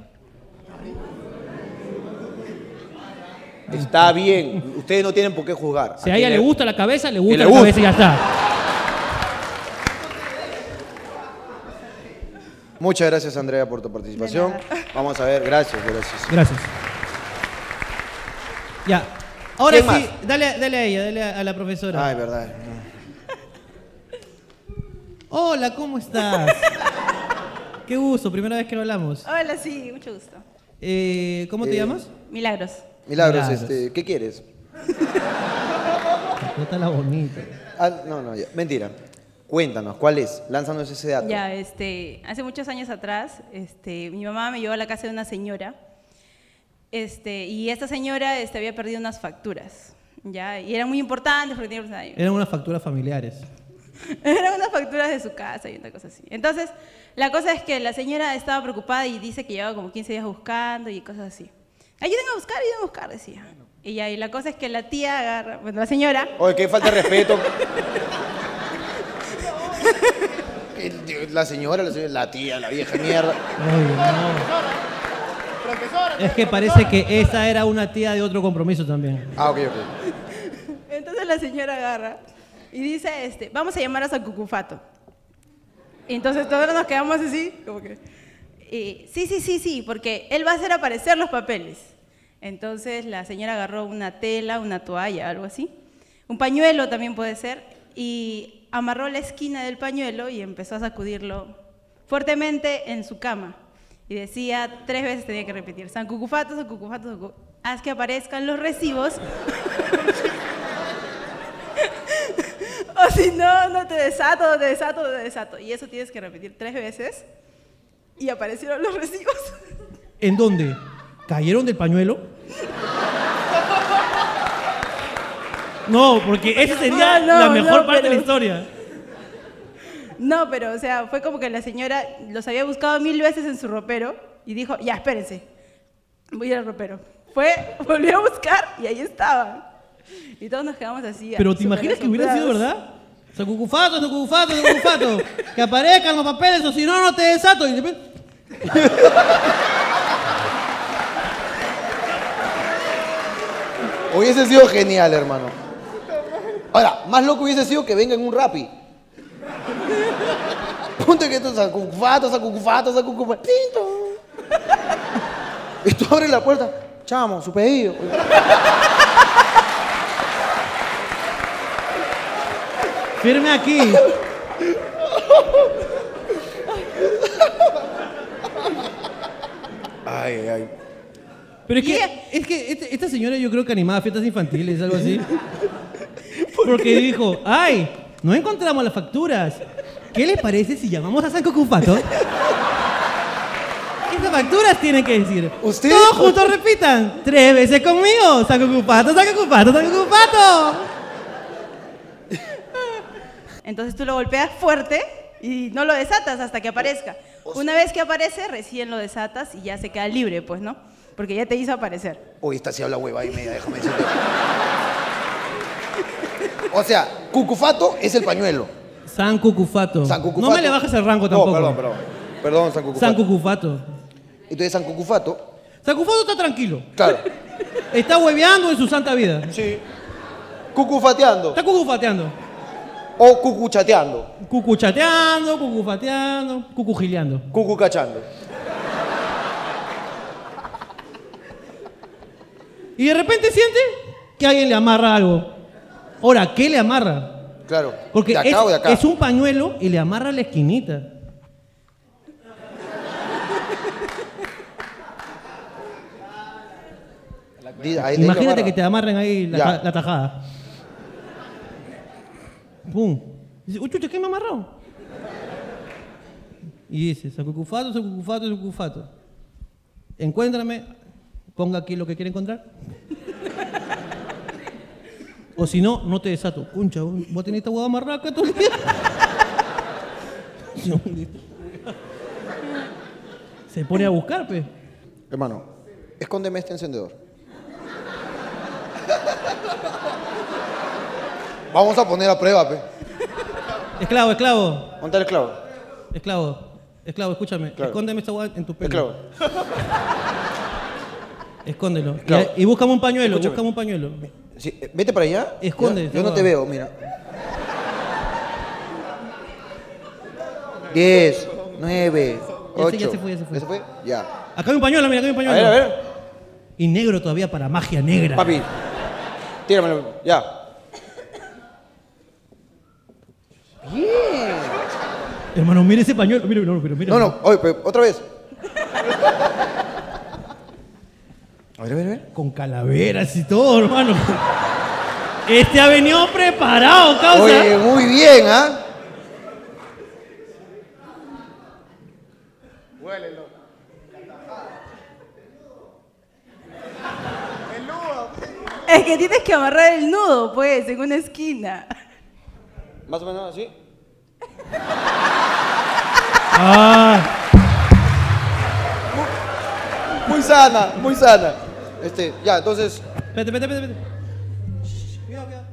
S1: Está bien. Ustedes no tienen por qué juzgar.
S2: Si a ella le gusta la cabeza, le
S1: le
S2: gusta la
S1: gusta.
S2: cabeza y ya está.
S1: Muchas gracias, Andrea, por tu participación.
S5: De
S1: Vamos a ver. Gracias, gracias.
S2: Gracias. Ya. Ahora
S1: ¿Quién
S2: sí,
S1: más?
S2: dale, dale a ella, dale a, a la profesora.
S1: Ay, Ah, verdad.
S2: Hola, ¿cómo estás? Qué gusto, primera vez que hablamos.
S5: Hola, sí, mucho gusto.
S2: Eh, ¿Cómo te
S1: Eh,
S2: llamas?
S5: Milagros.
S1: Milagros,
S2: Milagros.
S1: Este, ¿qué quieres?
S2: Nota la bonita.
S1: Ah, no, no, ya. mentira. Cuéntanos, ¿cuál es? Lánzanos ese dato.
S6: Ya, este, hace muchos años atrás, este, mi mamá me llevó a la casa de una señora, este, y esta señora este, había perdido unas facturas, ya, y eran muy importantes porque tenía
S2: Eran unas facturas familiares.
S6: eran unas facturas de su casa y una cosa así. Entonces, la cosa es que la señora estaba preocupada y dice que llevaba como 15 días buscando y cosas así. Ayuden a buscar, ayuden a buscar, decía. Y ya, y la cosa es que la tía agarra, bueno, la señora
S1: Oye, qué falta de respeto. El- La señora, la señora, la tía, la vieja mierda.
S2: Ay, no. Es que parece que esa era una tía de otro compromiso también.
S1: Ah, ok, ok.
S6: Entonces la señora agarra y dice, este, vamos a llamar a Cucufato. Y entonces todos nos quedamos así, como que, eh, sí, sí, sí, sí, porque él va a hacer aparecer los papeles. Entonces la señora agarró una tela, una toalla, algo así, un pañuelo también puede ser, y amarró la esquina del pañuelo y empezó a sacudirlo fuertemente en su cama. Y decía, tres veces tenía que repetir, San Cucufato, San Cucufato, San Cucu- haz que aparezcan los recibos O si no, no te desato, no te desato, no te desato. Y eso tienes que repetir tres veces. Y aparecieron los recibos.
S2: ¿En dónde? ¿Cayeron del pañuelo? No, porque esa sería
S6: No, no,
S2: la mejor
S6: no,
S2: parte de
S6: pero-
S2: la historia.
S6: No, pero, o sea, fue como que la señora los había buscado mil veces en su ropero y dijo, ya, espérense, voy a ir al ropero. Fue, volvió a buscar y ahí estaba. Y todos nos quedamos así.
S2: Pero te
S6: súper
S2: imaginas que hubiera sido
S6: asombrados.
S2: verdad. Sacucufato, sacucufato, sacucufato. que aparezcan los papeles o si no, no te desato. Y de repente-
S1: Hubiese sido genial, hermano. Ahora, más loco hubiese sido que venga en un rapi. Ponte que tú sacucufato, sacucufato, sacucufato. Tinto. Y tú abres la puerta. Chamo, su pedido.
S2: Firme aquí.
S1: Ay, ay, ay.
S2: Pero es que, es que este- esta señora yo creo que animaba fiestas infantiles, algo así. Porque dijo, ay, no encontramos las facturas. ¿Qué les parece si llamamos a San Cucufato? Esas facturas tienen que decir.
S1: Ustedes-
S2: Todos juntos repitan. Tres veces conmigo. San Cucufato, San Cucufato, San Cucufato.
S6: Entonces tú lo golpeas fuerte y no lo desatas hasta que aparezca. Una vez que aparece, recién lo desatas y ya se queda libre, pues, ¿no? Porque ya te hizo aparecer.
S1: Uy, esta sí habla hueva y media, déjame decirte. O sea, cucufato es el pañuelo.
S2: San Cucufato.
S1: San cucufato.
S2: No me le bajes el rango tampoco.
S1: No, perdón, perdón. Perdón, San Cucufato.
S2: San Cucufato.
S1: Entonces, San Cucufato,
S2: San Cucufato está tranquilo.
S1: claro.
S2: Está hueveando en su santa vida.
S1: Sí. Cucufateando
S2: Está cucufateando.
S1: o cucuchateando.
S2: Cucuchateando, cucufateando, cucujileando.
S1: Cucucachando.
S2: Y de repente siente que alguien le amarra algo. Ahora, ¿qué le amarra?
S1: Claro.
S2: Porque
S1: de acá
S2: es,
S1: o de acá.
S2: es un pañuelo y le amarra la esquinita.
S1: Di- ahí- ahí lo
S2: Imagínate
S1: amarra.
S2: que te amarren ahí la,
S1: Ya.
S2: ta- la tajada. Pum. Dice, uy, chucha, ¿qué me ha amarrado? Y dice, sacucufato, sacucufato, sacucufato. Encuéntrame, ponga aquí lo que quiere encontrar. o si no, no te desato. Cuncha, uy, vos tenés esta hueá amarrada acá todo el día. No, listo. Se pone a buscar, pe.
S1: Hermano, escóndeme este encendedor. Vamos a poner a prueba, pe.
S2: Esclavo, esclavo.
S1: Monta el clavo.
S2: Esclavo, esclavo, escúchame.
S1: Claro.
S2: Escóndeme esta guada en tu pelo.
S1: Esclavo.
S2: Escóndelo.
S1: Esclavo.
S2: Y, y búscame un pañuelo,
S1: Escúchame.
S2: búscame un pañuelo.
S1: Sí, eh, vete para allá.
S2: Esconde,
S1: Yo, yo no
S2: no.
S1: te veo, mira. 10, 9,
S2: Ya
S1: 8.
S2: se- ya se fue, ya se fue.
S1: Ya.
S2: Acá hay un pañuelo, mira, acá hay un
S1: A
S2: pañuelo.
S1: ver, a ver.
S2: Y negro todavía para magia negra.
S1: Papi. Tíramelo. Ya. Bien.
S2: Hermano, mira ese pañuelo. Mira, no, pero mira.
S1: No, no. Oye, pe- otra vez. A ver, a ver, a ver.
S2: Con calaveras y todo, hermano. Este ha venido preparado, causa.
S1: Oye, muy bien, ¿ah?
S6: Es que tienes que amarrar el nudo, pues, en una esquina.
S1: Más o menos así.
S2: Ah,
S1: Muy sana, muy sana. Este, ya, entonces.
S2: espérate, espérate, espérate. Shh, cuidado, cuidado.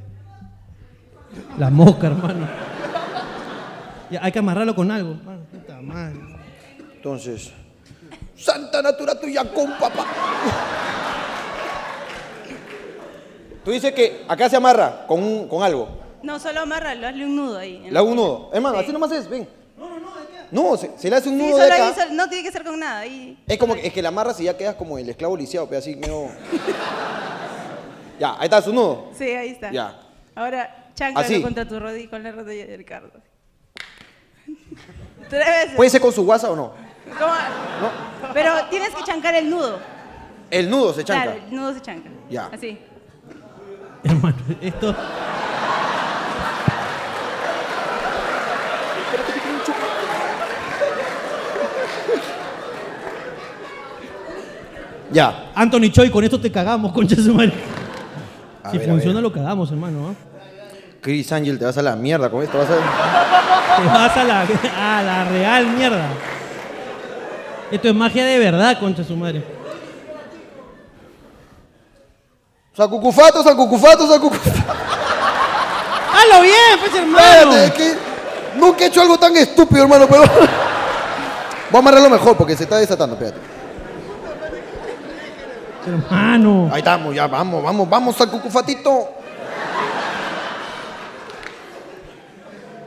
S2: La mosca, hermano. Ya, hay que amarrarlo con algo. hermano. Puta madre.
S1: Entonces. Santa natura tuya con papá. Tú dices que acá se amarra con, un- con algo.
S6: No, solo amárralo, hazle un nudo ahí.
S1: Le hago un nudo. Hermano, así nomás es, ven. No, no, no, No, se, se le hace un
S6: Sí,
S1: nudo de
S6: solo
S1: acá.
S6: ahí, solo- no tiene que ser con nada. ahí.
S1: Es como que, es que la amarras y ya quedas como el esclavo lisiado, pero así medio. ya, ahí está su nudo.
S6: Sí, ahí está.
S1: Ya.
S6: Ahora, cháncalo
S1: Así.
S6: contra tu rodilla, con la rodilla de Ricardo. Tres veces.
S1: ¿Puede ser con su guasa o no?
S6: ¿Cómo? Pero tienes que chancar el nudo.
S1: El nudo se chanca.
S6: Claro, el nudo se chanca.
S1: Ya.
S6: Así.
S2: Hermano, esto.
S1: Ya.
S2: Anthony Choi, con esto te cagamos, concha de su madre.
S1: A
S2: si
S1: ver, a
S2: funciona,
S1: ver.
S2: lo cagamos, hermano. ¿ah?
S1: Chris Angel, te vas a la mierda con esto. Vas a...
S2: Te vas a la, a la real mierda. Esto es magia de verdad, concha de su madre.
S1: Sacucufato, sacucufato, sacucufato.
S2: ¡Halo bien, pues, hermano!
S1: Espérate, es que nunca he hecho algo tan estúpido, hermano, pero. Voy a amarrarlo mejor porque se está desatando, espérate.
S2: Hermano.
S1: Ahí estamos, ya, vamos, vamos, vamos, sacucufatito.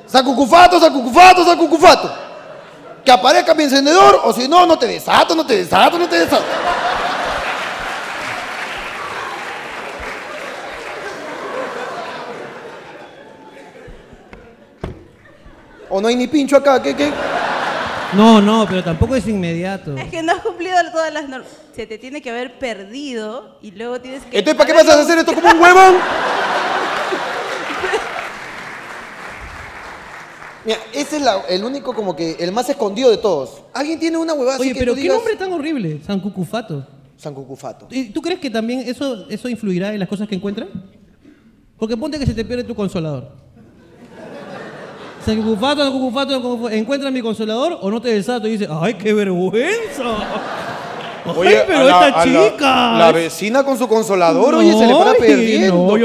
S1: Sacucufato, sacucufato, sacucufato. Que aparezca mi encendedor o si no, no te desato, no te desato, no te desato. O no hay ni pincho acá, ¿qué, qué?
S2: No, no, pero tampoco es inmediato.
S6: Es que no has cumplido todas las normas. Se te tiene que haber perdido y luego tienes que.
S1: Entonces, ¿para qué vas a hacer esto como un huevón? Mira, ese es la- el único como que el más escondido de todos. ¿Alguien tiene una huevada
S2: Oye,
S1: así que
S2: pero
S1: tú
S2: qué
S1: digas?
S2: nombre tan horrible, San Cucufato.
S1: San Cucufato.
S2: ¿Y ¿Tú crees que también eso, eso influirá en las cosas que encuentras? Porque ponte que se te pierde tu consolador. San Cucufato, San Cucufato, San Cucufato, encuentras mi consolador o no te desato y dices, ¡ay, qué vergüenza! ¡Ay, pero esta chica!
S1: vecina con su consolador,
S2: No, oye, No, yo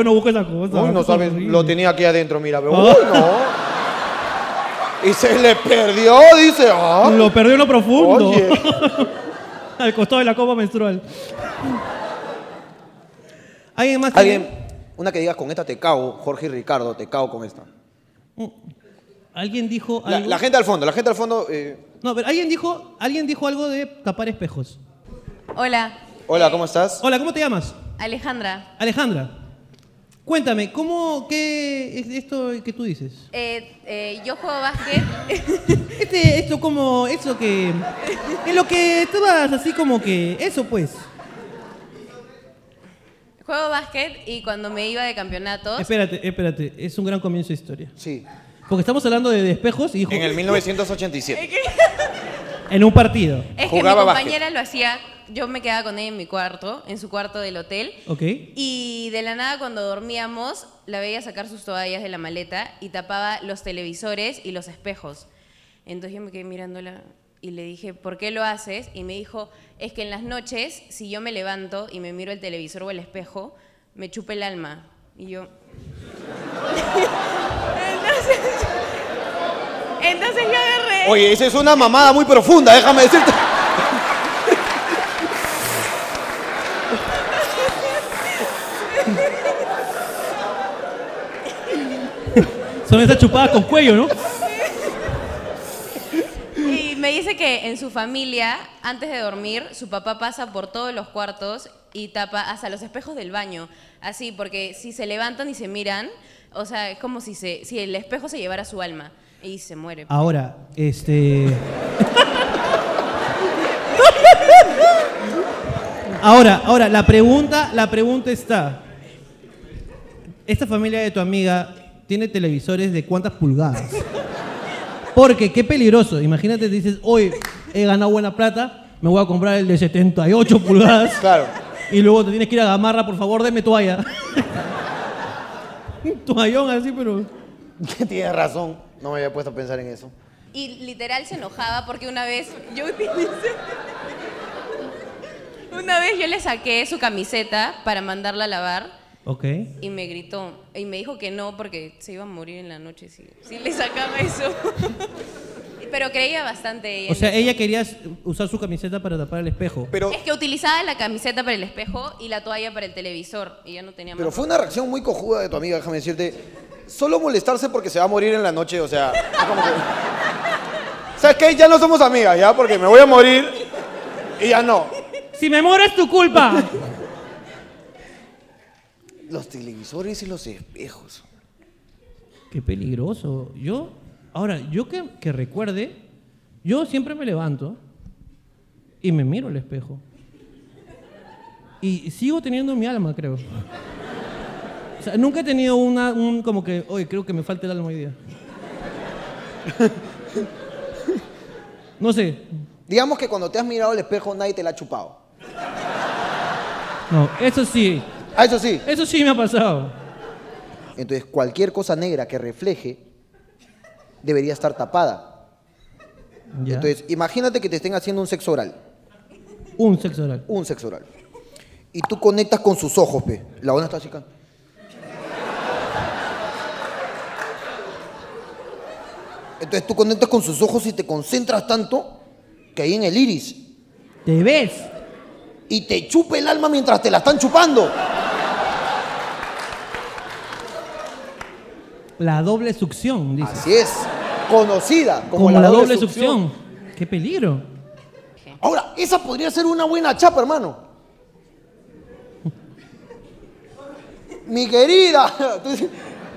S2: Ah. no busco esa cosa.
S1: Uy, no
S2: cosa
S1: sabes,
S2: horrible.
S1: lo tenía aquí adentro, mira. ve. Uy, no. Y se le perdió, dice. ah.
S2: Lo perdió en lo profundo.
S1: Oye.
S2: Al costado de la copa menstrual. ¿Alguien más? tiene-
S1: Alguien, una que digas con esta te cago, Jorge y Ricardo, te cago con esta.
S2: ¿Alguien dijo
S1: La,
S2: algo?
S1: la gente al fondo, la gente al fondo. eh,
S2: No, pero alguien dijo, alguien dijo algo de tapar espejos.
S7: Hola,
S1: Hola, ¿cómo estás?
S2: Hola, ¿cómo te llamas?
S7: Alejandra.
S2: Alejandra. Cuéntame, ¿cómo, qué es esto que tú dices?
S7: Eh, eh, yo juego básquet.
S2: Este, esto como, eso que, en lo que estabas así como que, eso pues.
S7: juego básquet y cuando me iba de campeonatos.
S2: Espérate, espérate, es un gran comienzo de historia.
S1: Sí.
S2: Porque estamos hablando de despejos y ju-
S8: En el 1987.
S2: en un partido.
S7: Es que mi
S8: Jugaba básquet.
S7: compañera lo hacía. Yo me quedaba con ella en mi cuarto, en su cuarto del hotel.
S2: ¿Ok?
S7: Y de la nada cuando dormíamos la veía sacar sus toallas de la maleta y tapaba los televisores y los espejos. Entonces yo me quedé mirándola y le dije, ¿por qué lo haces? Y me dijo, es que en las noches, si yo me levanto y me miro el televisor o el espejo, me chupa el alma. Y yo,
S6: Entonces yo agarré.
S1: Oye, esa es una mamada muy profunda, déjame decirte.
S2: Son esas chupadas con cuello, ¿no?
S7: Y me dice que en su familia, antes de dormir, su papá pasa por todos los cuartos y tapa hasta los espejos del baño. Así, porque si se levantan y se miran, o sea, es como si, se, si el espejo se llevara su alma y se muere.
S2: Ahora, este. ahora, ahora, la pregunta, la pregunta está. Esta familia de tu amiga tiene televisores de cuántas pulgadas. Porque qué peligroso. Imagínate, dices, hoy he ganado buena plata, me voy a comprar el de 78 pulgadas.
S1: Claro.
S2: Y luego te tienes que ir a Gamarra, por favor, deme toalla. Un toallón así, pero.
S1: Tienes razón, no me había puesto a pensar en eso.
S7: Y literal se enojaba porque una vez yo utilicé. Una vez yo le saqué su camiseta para mandarla a lavar
S2: Ok.
S7: y me gritó y me dijo que no porque se iba a morir en la noche si, si le sacaba eso. Pero creía bastante ella.
S2: O
S7: en
S2: sea,
S7: eso.
S2: ella quería usar su camiseta para tapar el espejo.
S8: Pero,
S7: Es que utilizaba la camiseta para el espejo y la toalla para el televisor y ya no tenía
S1: Pero
S7: más.
S1: fue una reacción muy cojuda de tu amiga, déjame decirte. Solo molestarse porque se va a morir en la noche, o sea, es como que... ¿Sabes qué? Ya no somos amigas, ¿ya? Porque me voy a morir y ya no.
S2: Si me muero es tu culpa.
S1: Los televisores y los espejos.
S2: Qué peligroso. Yo, ahora, yo que, que recuerde, yo siempre me levanto y me miro al espejo. Y sigo teniendo mi alma, creo. O sea, nunca he tenido una, un como que, oye, creo que me falta el alma hoy día. No sé.
S1: Digamos que cuando te has mirado al espejo nadie te la ha chupado.
S2: No, eso sí.
S1: Ah, eso sí.
S2: Eso sí me ha pasado.
S1: Entonces cualquier cosa negra que refleje debería estar tapada.
S2: Ya.
S1: Entonces imagínate que te estén haciendo un sexo oral.
S2: un sexo oral.
S1: Un sexo oral. Y tú conectas con sus ojos, pe. La onda está así acá. Entonces tú conectas con sus ojos y te concentras tanto que ahí en el iris.
S2: ¿Te ves?
S1: Y te chupa el alma mientras te la están chupando.
S2: La doble succión, dice.
S1: Así es. Conocida como,
S2: como, la, doble, succión. Qué peligro.
S1: Ahora, esa podría ser una buena chapa, hermano. Mi querida. Tú dices,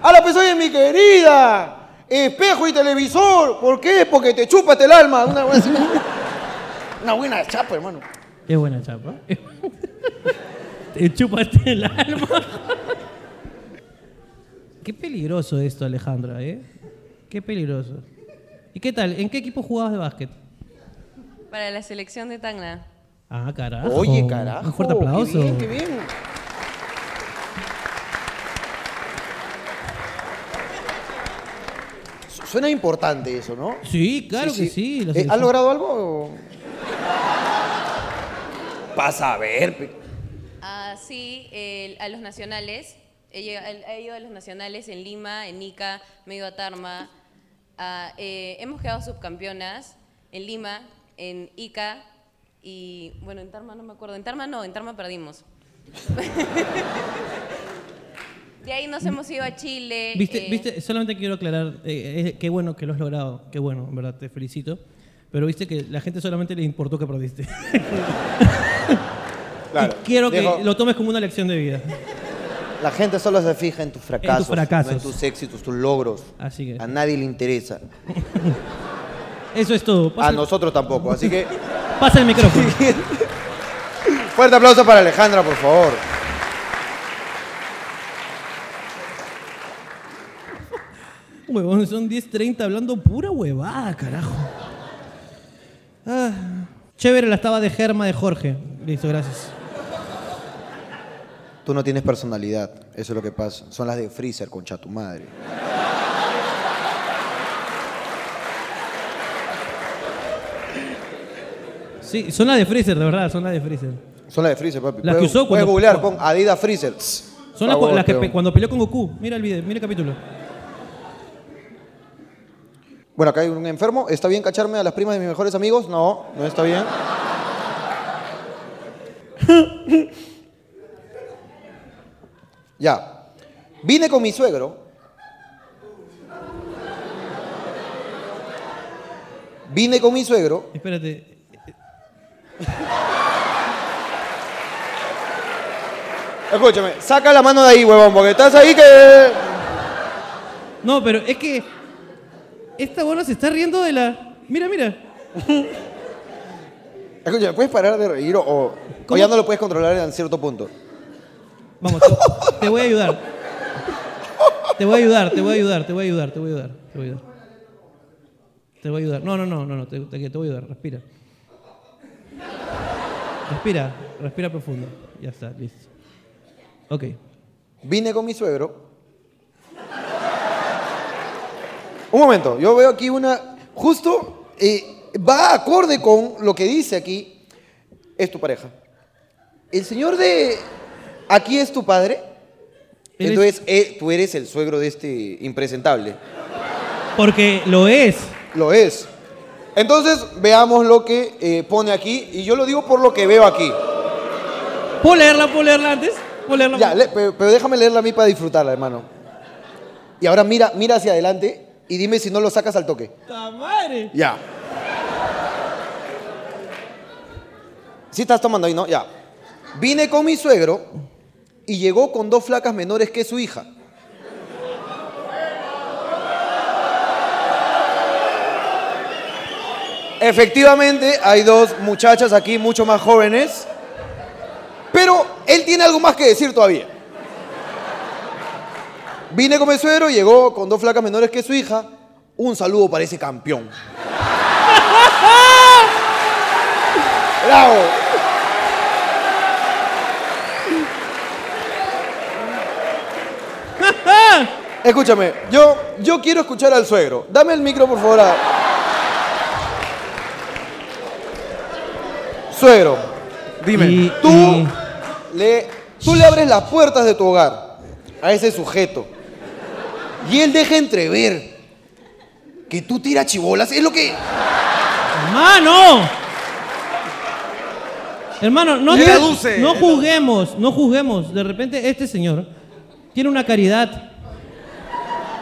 S1: Ahora pues oye, mi querida. Espejo y televisor. ¿Por qué? Porque te chupas el alma. Una buena, una buena chapa, hermano.
S2: Qué buena chapa. Te chupaste el alma. Qué peligroso esto, Alejandra, ¿eh? Qué peligroso. ¿Y qué tal? ¿En qué equipo jugabas de básquet?
S7: Para la selección de Tacna.
S2: Ah, carajo.
S1: Oye, carajo.
S2: Un fuerte aplauso.
S1: Qué bien, qué bien. Su- Suena importante eso, ¿no?
S2: Sí, claro que sí. la
S1: Eh, ¿Has
S2: selección.
S1: logrado algo? Pasa a ver. pe-
S7: Ah, sí, el- a los nacionales. He, llega- el- he ido a los nacionales en Lima, en Ica, me he ido a Tarma. Ah, eh, hemos quedado subcampeonas en Lima, en Ica y, bueno, en Tarma no me acuerdo. En Tarma no, en Tarma perdimos. De ahí nos hemos ido a Chile.
S2: Viste,
S7: eh,
S2: viste, solamente quiero aclarar, eh, eh, qué bueno que lo has logrado, qué bueno, en verdad, te felicito. Pero viste que la gente solamente le importó que perdiste.
S8: claro.
S2: Quiero que
S8: Dijo,
S2: lo tomes como una lección de vida.
S1: La gente solo se fija en tus fracasos,
S2: fracasos.
S1: no en tus éxitos, tus logros.
S2: Así que-
S1: A nadie le interesa.
S2: Eso es todo. Pasa,
S1: A nosotros tampoco. Así que,
S2: pasa el micrófono.
S1: fuerte aplauso para Alejandra, por favor.
S2: Huevón, son 10.30 hablando pura huevada, carajo. Ah, chévere la estaba de Germa de Jorge. Listo, gracias.
S1: Tú no tienes personalidad. Eso es lo que pasa. Son las de Freezer, concha tu madre.
S2: Sí, son las de Freezer, de verdad, son las de Freezer.
S1: Son las de Freezer, papi.
S2: Las que
S1: puedes,
S2: usó
S1: puedes
S2: cuando-
S1: googlear, pon Adidas Freezer.
S2: Son las,
S1: Por favor,
S2: las que
S1: peón.
S2: pe- cuando peleó con Goku. Mira el video, mira el capítulo.
S1: Bueno, acá hay un enfermo. ¿Está bien cacharme a las primas de mis mejores amigos? No, no está bien. ya. Vine con mi suegro. Vine con mi suegro.
S2: Espérate.
S1: Escúchame, saca la mano de ahí, huevón, porque estás ahí que.
S2: No, pero es que. Esta bola se está riendo de la. Mira, mira.
S1: Escúchame, ¿puedes parar de reír o, o- o ya no lo puedes controlar en cierto punto?
S2: Vamos, te, te voy a ayudar. Te voy a ayudar, te voy a ayudar, te voy a ayudar, te voy a ayudar, te voy a ayudar. Te voy a ayudar. No, no, no, no, no, te, te- te voy a ayudar, respira. Respira, respira profundo. Ya está, listo. Ok.
S1: Vine con mi suegro. Un momento, yo veo aquí una. Justo eh, va acorde con lo que dice aquí. Es tu pareja. El señor de. Aquí es tu padre.
S2: Él es-
S1: Entonces, eh, tú eres el suegro de este impresentable.
S2: Porque lo es.
S1: Lo es. Entonces, veamos lo que eh, pone aquí. Y yo lo digo por lo que veo aquí.
S2: ¿Puedo leerla, puedo leerla antes? ¿Puedo leerla?
S1: Ya, le- pero, pero déjame leerla a mí para disfrutarla, hermano. Y ahora mira, mira hacia adelante y dime si no lo sacas al toque.
S2: ¡Ta madre!
S1: Ya. Si estás tomando ahí, ¿no? Ya. Vine con mi suegro y llegó con dos flacas menores que su hija. Efectivamente, hay dos muchachas aquí mucho más jóvenes, pero él tiene algo más que decir todavía. Vine con mi suegro, llegó con dos flacas menores que su hija. Un saludo para ese campeón. ¡Bravo! Escúchame, yo, yo quiero escuchar al suegro. Dame el micro, por favor. a- Suegro, dime,
S2: Y-
S1: tú,
S2: y-
S1: Le, tú le abres las puertas de tu hogar a ese sujeto y él deja entrever que tú tiras chibolas. Es lo que...
S2: ¡Hermano! Hermano, no,
S8: Le reduce.
S2: no juzguemos, no juzguemos. De repente este señor tiene una caridad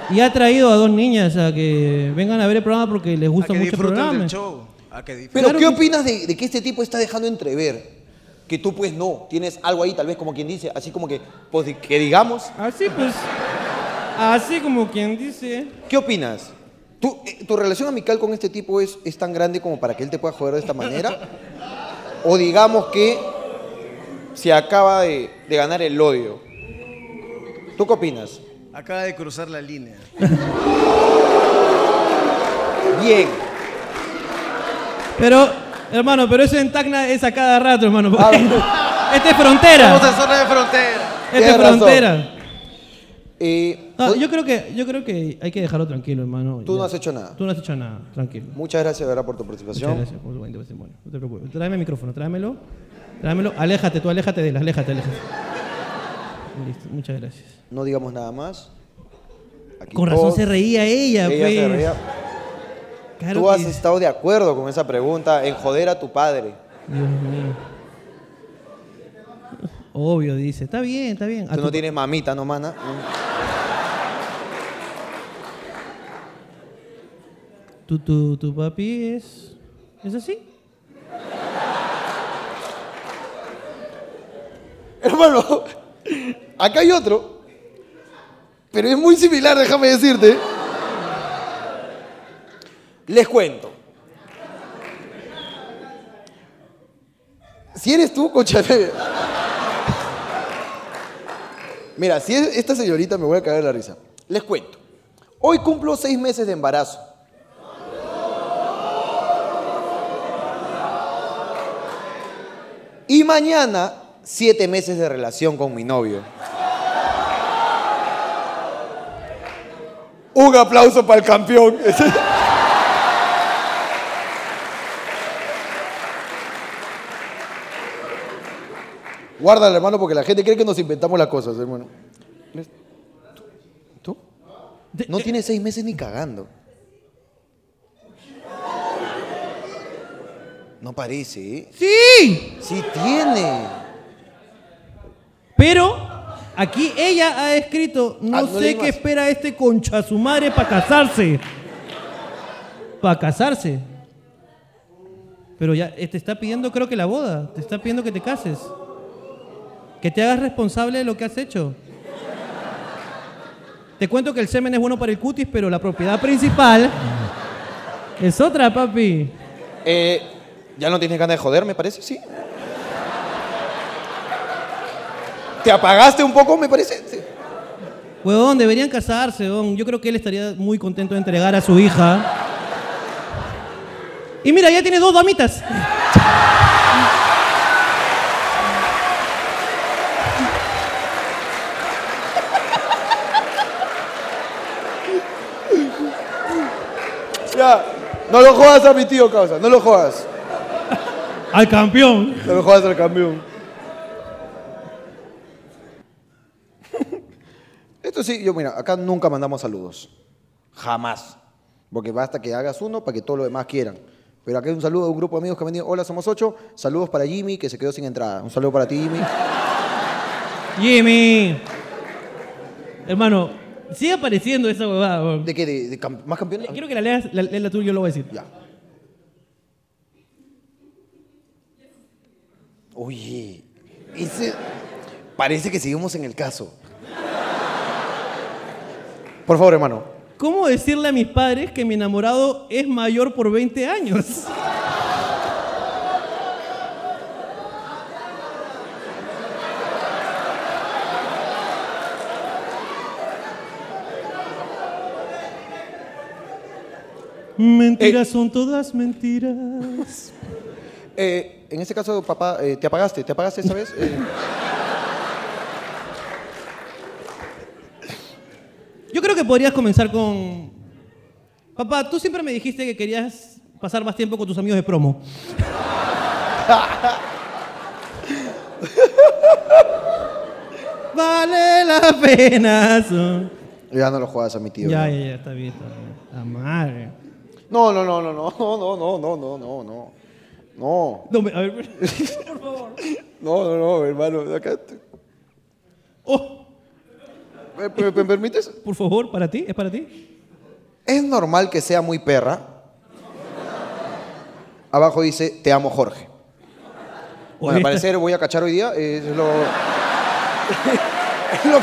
S2: y ha traído a dos niñas a que vengan a ver el programa porque les
S8: A
S2: gusta
S8: que
S2: mucho el
S8: disfruten
S2: programa.
S8: del show. A que disfruten.
S1: Pero
S2: Claro
S1: ¿qué
S2: que-
S1: opinas de, de que este tipo está dejando entrever? Que tú pues no, tienes algo ahí tal vez como quien dice, así como que, pues, di- que digamos,
S2: Así pues, así como quien dice.
S1: ¿qué opinas? ¿Tú, eh, ¿Tu relación amical con este tipo es, es tan grande como para que él te pueda joder de esta manera? ¿O digamos que se acaba de, de ganar el odio? ¿Tú qué opinas?
S8: Acaba de cruzar la línea.
S1: Bien.
S2: Pero, hermano, pero eso en Tacna es a cada rato, hermano. porque Esta es frontera.
S8: Estamos en zona de frontera.
S2: Esta es
S1: Ah. Tienes razón.
S2: frontera.
S1: eh,
S2: No,
S1: ¿pod-
S2: yo creo que yo creo que hay que dejarlo tranquilo, hermano.
S1: Tú no
S2: Ya.
S1: has hecho nada.
S2: Tú no has hecho nada, tranquilo.
S1: Muchas gracias, de verdad, por tu participación.
S2: Muchas gracias por tu buen testimonio. No te preocupes. Tráeme el micrófono, tráemelo. Tráemelo. Aléjate, tú aléjate de él, aléjate, aléjate. Listo, muchas gracias.
S1: No digamos nada más. Aquí
S2: Con razón
S1: todos-
S2: se reía ella,
S1: Ella
S2: pues.
S1: se reía.
S2: Claro
S1: Tú
S2: que-
S1: has estado de acuerdo con esa pregunta en joder a tu padre.
S2: Dios mío. Obvio, dice. Está bien, está bien. A
S1: Tú
S2: tu-
S1: no tienes mamita, no mana.
S2: tu, tu- tu papi es. ¿Es así?
S1: Hermano, acá hay otro
S3: Pero es muy similar, déjame decirte.
S1: Les cuento.
S3: Si eres tú, concha. de- Mira, si es esta señorita me voy a caer la risa.
S1: Les cuento. Hoy cumplo seis meses de embarazo. Y mañana, siete meses de relación con mi novio.
S3: Un aplauso para el campeón. Guárdala, hermano, porque la gente cree que nos inventamos las cosas, hermano. ¿Tú?
S2: De-
S1: No tiene seis meses ni cagando. No parece, ¿eh?
S2: ¡Sí!
S1: Sí tiene.
S2: Pero aquí ella ha escrito, no,
S1: Ah, no leí
S2: sé
S1: más.
S2: qué espera este concha su madre para casarse. Para casarse. Pero ya eh, te está pidiendo creo que la boda, te está pidiendo que te cases. Que te hagas responsable de lo que has hecho. Te cuento que el semen es bueno para el cutis, pero la propiedad principal es otra, papi.
S1: Eh, ya no tienes ganas de joder, me parece, sí. ¿Te apagaste un poco, me parece? Sí.
S2: Huevón, deberían casarse, huevón. Yo creo que él estaría muy contento de entregar a su hija. Y mira, ya tiene dos damitas.
S3: Ya, no lo jodas a mi tío, causa, no lo jodas.
S2: Al campeón.
S3: No lo jodas al campeón.
S1: Esto sí, yo mira, acá nunca mandamos saludos. Jamás. Porque basta que hagas uno para que todos los demás quieran. Pero acá hay un saludo de un grupo de amigos que han venido. Hola, somos ocho. Saludos para Jimmy, que se quedó sin entrada. Un saludo para ti, Jimmy.
S2: Jimmy. Hermano, sigue apareciendo esa huevada, huevón.
S1: ¿De qué? ¿De, de cam- más campeones?
S2: Quiero que la leas, la, lees la tuya, yo lo voy a decir.
S1: Ya. Oye, ese- parece que seguimos en el caso.
S3: Por favor, hermano.
S2: ¿Cómo decirle a mis padres que mi enamorado es mayor por 20 años? Mentiras son todas mentiras.
S1: Eh, en ese caso, papá, eh, ¿te apagaste? ¿Te apagaste esa vez? Eh,
S2: Yo creo que podrías comenzar con... Papá, tú siempre me dijiste que querías pasar más tiempo con tus amigos de promo. vale la pena. son-
S1: ya no lo juegas a mi tío.
S2: Ya,
S1: ¿no?
S2: ya, ya, está bien, está bien. La madre.
S1: No, no, no, no, no, no, no, no, no, no, no. No,
S2: No, me- a ver, por favor.
S1: no, no, no, hermano. Acá te-
S2: Oh,
S1: ¿Me, me- me permites?
S2: por favor, para ti, es para ti.
S1: Es normal que sea muy perra. Abajo dice, te amo, Jorge. Bueno, al
S2: Oye,
S1: parecer voy a cachar hoy día. eh, Es lo... es lo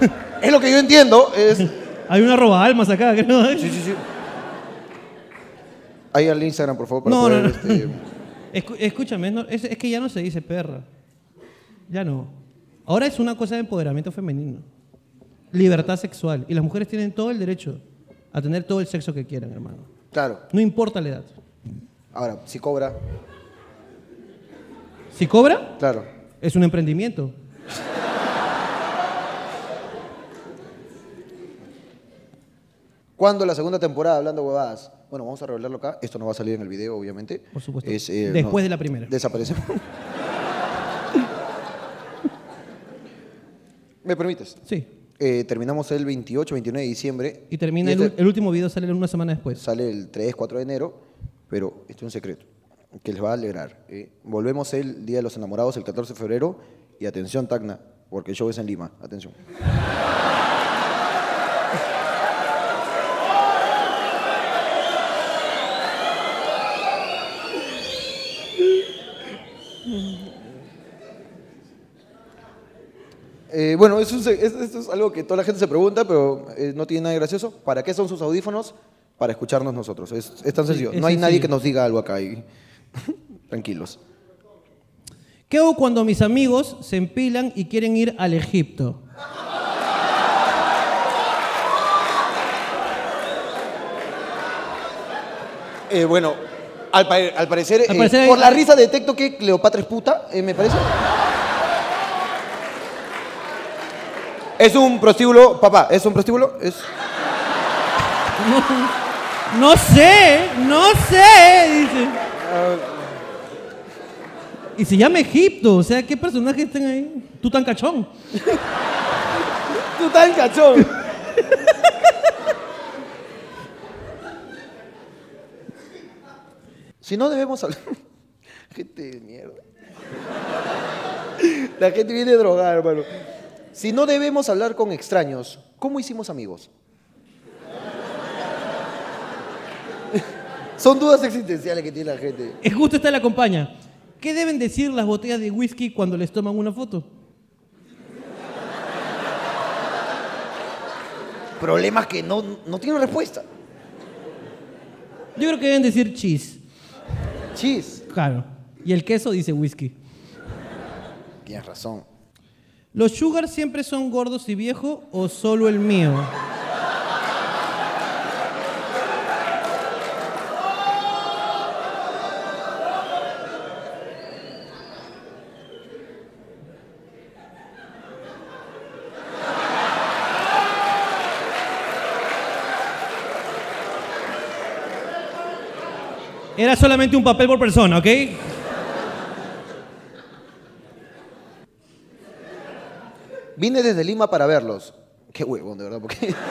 S1: que... Es lo que yo entiendo. Es...
S2: Hay una roba almas acá, creo. ¿eh?
S1: Ahí al Instagram, por favor, para
S2: No, no,
S1: poder...
S2: no.
S1: este,
S2: Escu- Escúchame, no, es, es que ya no se dice perra. Ya no. Ahora es una cosa de empoderamiento femenino. Libertad sexual. Y las mujeres tienen todo el derecho a tener todo el sexo que quieran, hermano.
S1: Claro.
S2: No importa la edad.
S1: Ahora, si cobra,
S2: Si cobra,
S1: claro.
S2: es un emprendimiento.
S1: ¿Cuándo la segunda temporada hablando huevadas? Bueno, vamos a revelarlo acá. Esto no va a salir en el video, obviamente.
S2: Por supuesto.
S1: Es, eh,
S2: Después de la primera.
S1: Desaparece. ¿Me permites?
S2: Sí.
S1: Eh, terminamos el 28, 29 de diciembre.
S2: Y termina el,
S1: este
S2: ul- el último video, sale una semana después.
S1: Sale el 3, 4 de enero, pero esto es un secreto que les va a alegrar. eh. Volvemos el Día de los Enamorados, el 14 de febrero. Y atención, Tacna, porque el show es en Lima. Atención. Eh, Eh, bueno, eso es, es- esto es algo que toda la gente se pregunta, pero eh, no tiene nada de gracioso. ¿Para qué son sus audífonos? Para escucharnos nosotros. Es, es tan sencillo.
S2: es
S1: no hay nadie
S2: sencillo.
S1: que nos diga algo acá. y- Tranquilos.
S2: ¿Qué hago cuando mis amigos se empilan y quieren ir al Egipto?
S1: Eh, bueno, al, pa- al parecer,
S2: Al
S1: eh,
S2: parecer hay-
S1: por la risa detecto que Cleopatra es puta, eh, me parece. es un prostíbulo, papá, es un prostíbulo. Es...
S2: No, no sé, no sé, dice. Y se llama Egipto, o sea, ¿qué personajes están ahí? Tú tan cachón.
S3: Tú estás en cachón.
S1: Si no debemos hablar. gente de mierda. la gente viene drogada, hermano. Si no debemos hablar con extraños, ¿cómo hicimos amigos? Son dudas existenciales que tiene la gente.
S2: Es justo está la compañía. ¿Qué deben decir las botellas de whisky cuando les toman una foto?
S1: Problemas que no, no tienen respuesta.
S2: Yo creo que deben decir cheese.
S1: Chis.
S2: Claro. Y el queso dice whisky.
S1: Tienes razón.
S2: ¿Los sugar siempre son gordos y viejos o solo el mío? Era solamente un papel por persona, ¿ok?
S1: Vine desde Lima para verlos. Qué huevón, de verdad, porque.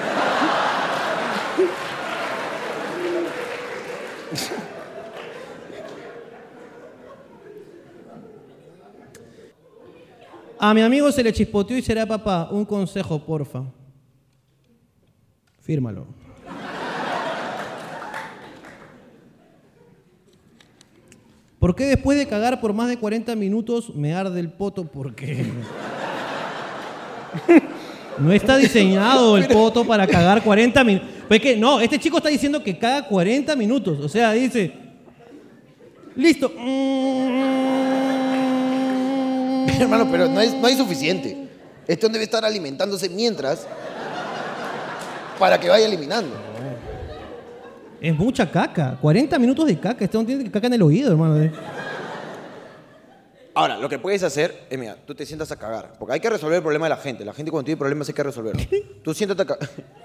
S2: A mi amigo se le chispoteó y será papá. Un consejo, porfa. Fírmalo. ¿Por qué después de cagar por más de 40 minutos me arde el poto? Porque no está diseñado el poto para cagar 40 minutos. Pues que no, este chico está diciendo que caga 40 minutos. O sea, dice, listo.
S1: Hermano, pero no, es, no hay suficiente. Este debe estar alimentándose mientras. para que vaya eliminando.
S2: Es mucha caca. 40 minutos de caca. Este hombre tiene que caca en el oído, hermano.
S1: Ahora, lo que puedes hacer es, mira, tú te sientas a cagar. Porque hay que resolver el problema de la gente. La gente cuando tiene problemas hay que resolverlo. Tú siéntate a cagar.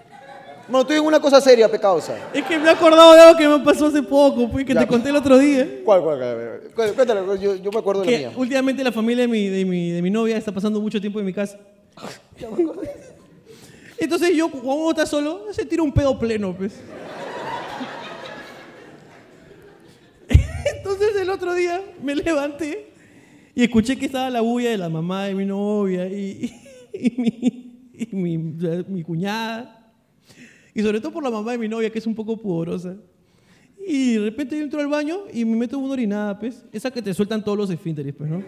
S1: Bueno, estoy en una cosa seria, pecausa.
S2: Es que me he acordado de algo que me pasó hace poco, pues, que
S1: Ya.
S2: te conté el otro día.
S1: ¿Cuál, cuál, cuál? Cué- Cuéntalo, yo, yo me acuerdo de
S2: Que
S1: la mía.
S2: últimamente la familia de mi, de, mi, de mi novia está pasando mucho tiempo en mi casa. Entonces yo, cuando uno está solo, se tira un pedo pleno, pues. Entonces el otro día me levanté y escuché que estaba la bulla de la mamá de mi novia y, y mi, y mi- mi cuñada. Y sobre todo por la mamá de mi novia, que es un poco pudorosa. Y de repente yo entro al baño y me meto una orinada, pues. Esa que te sueltan todos los esfínteres, pues, ¿no?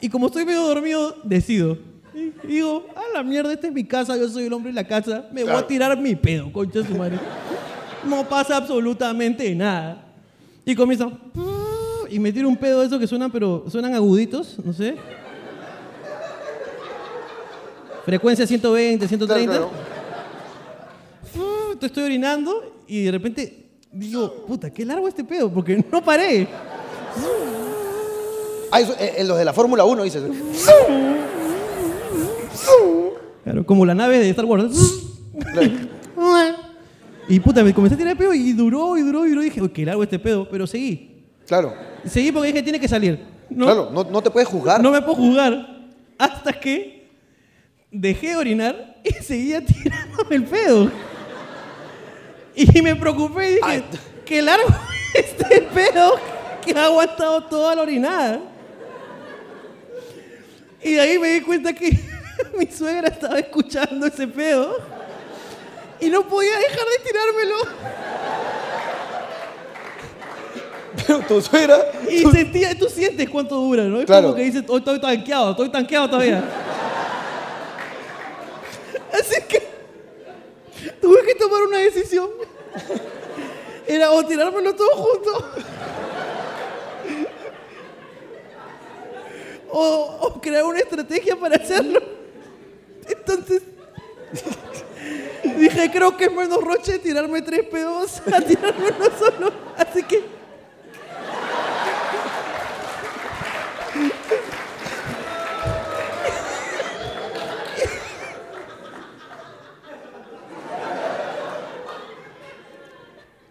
S2: Y como estoy medio dormido, decido. Y digo, a la mierda, esta es mi casa, yo soy el hombre de la casa, me voy a tirar mi pedo, concha de su madre. No pasa absolutamente nada. Y comienza. Y me tiro un pedo de esos que suenan, pero suenan aguditos, no sé. Frecuencia 120, 130.
S1: Claro,
S2: Uh, te estoy orinando y de repente digo, puta, qué largo este pedo, porque no paré.
S1: Ah, eso, eh, eh, los de la Fórmula 1, dices.
S2: Claro, como la nave de Star Wars. y puta, me comencé a tirar el pedo y duró y duró y duró. Y dije, "Uy, qué largo este pedo, pero seguí.
S1: Claro,
S2: Seguí porque dije, tiene que salir. No,
S1: claro, no, no te puedes juzgar.
S2: no me puedo jugar. Hasta que dejé de orinar y seguía tirándome el pedo. Y me preocupé y dije,
S1: Ay.
S2: qué largo este pedo que ha aguantado toda la orinada. Y de ahí me di cuenta que mi suegra estaba escuchando ese pedo y no podía dejar de tirármelo.
S1: Pero tu suegra.
S2: Y sentía, tú sientes cuánto dura, ¿no? Es
S1: Claro.
S2: como que dices, hoy estoy tanqueado, estoy tanqueado todavía. Así que tuve que tomar una decisión. Era o tirármelo todo junto. O, o crear una estrategia para hacerlo. Entonces, dije, creo que es menos roche tirarme tres pedos a tirarme uno solo. Así que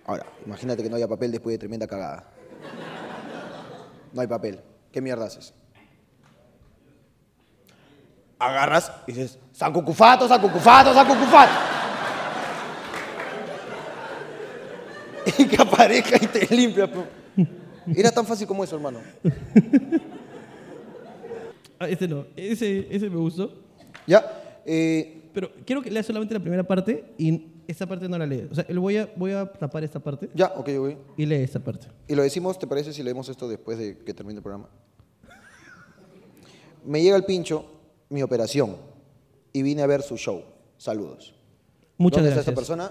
S1: Ahora, imagínate que no haya papel después de tremenda cagada. No hay papel. ¿Qué mierda haces? Agarras y dices, sacucufato, sacucufato, sacucufato. y que aparezca y te limpia. pe. Era tan fácil como eso, hermano.
S2: Ah, Este no, ese, ese me gustó.
S1: ¿Ya? Eh,
S2: Pero quiero que lea solamente la primera parte y esta parte no la lees. O sea, el- voy a, voy a tapar esta parte
S1: ya, ok, ok.
S2: y lee esta parte.
S1: Y lo decimos, ¿te parece si leemos esto después de que termine el programa? Me llega el pincho, mi operación, y vine a ver su show. Saludos.
S2: Muchas
S1: ¿Dónde
S2: gracias.
S1: está esta persona?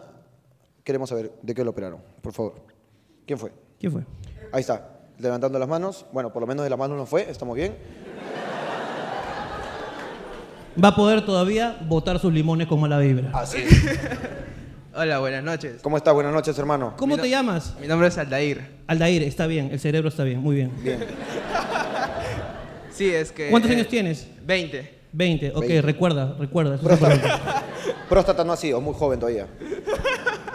S1: Queremos saber de qué lo operaron, por favor. ¿Quién fue?
S2: ¿Quién fue?
S1: Ahí está, levantando las manos. Bueno, por lo menos de las manos no fue, estamos bien.
S2: Va a poder todavía botar sus limones con mala vibra.
S1: Así.
S9: Hola, buenas noches.
S1: ¿Cómo estás? Buenas noches, hermano.
S2: ¿Cómo te llamas?
S9: Mi nombre es Aldair.
S2: Aldair, está bien, el cerebro está bien, muy bien.
S9: Sí, es que...
S2: ¿Cuántos
S9: eh,
S2: años tienes?
S9: 20.
S2: 20, ok,
S1: Veinte.
S2: recuerda, recuerda. eso es importante.
S1: Próstata. Próstata no ha sido, muy joven todavía.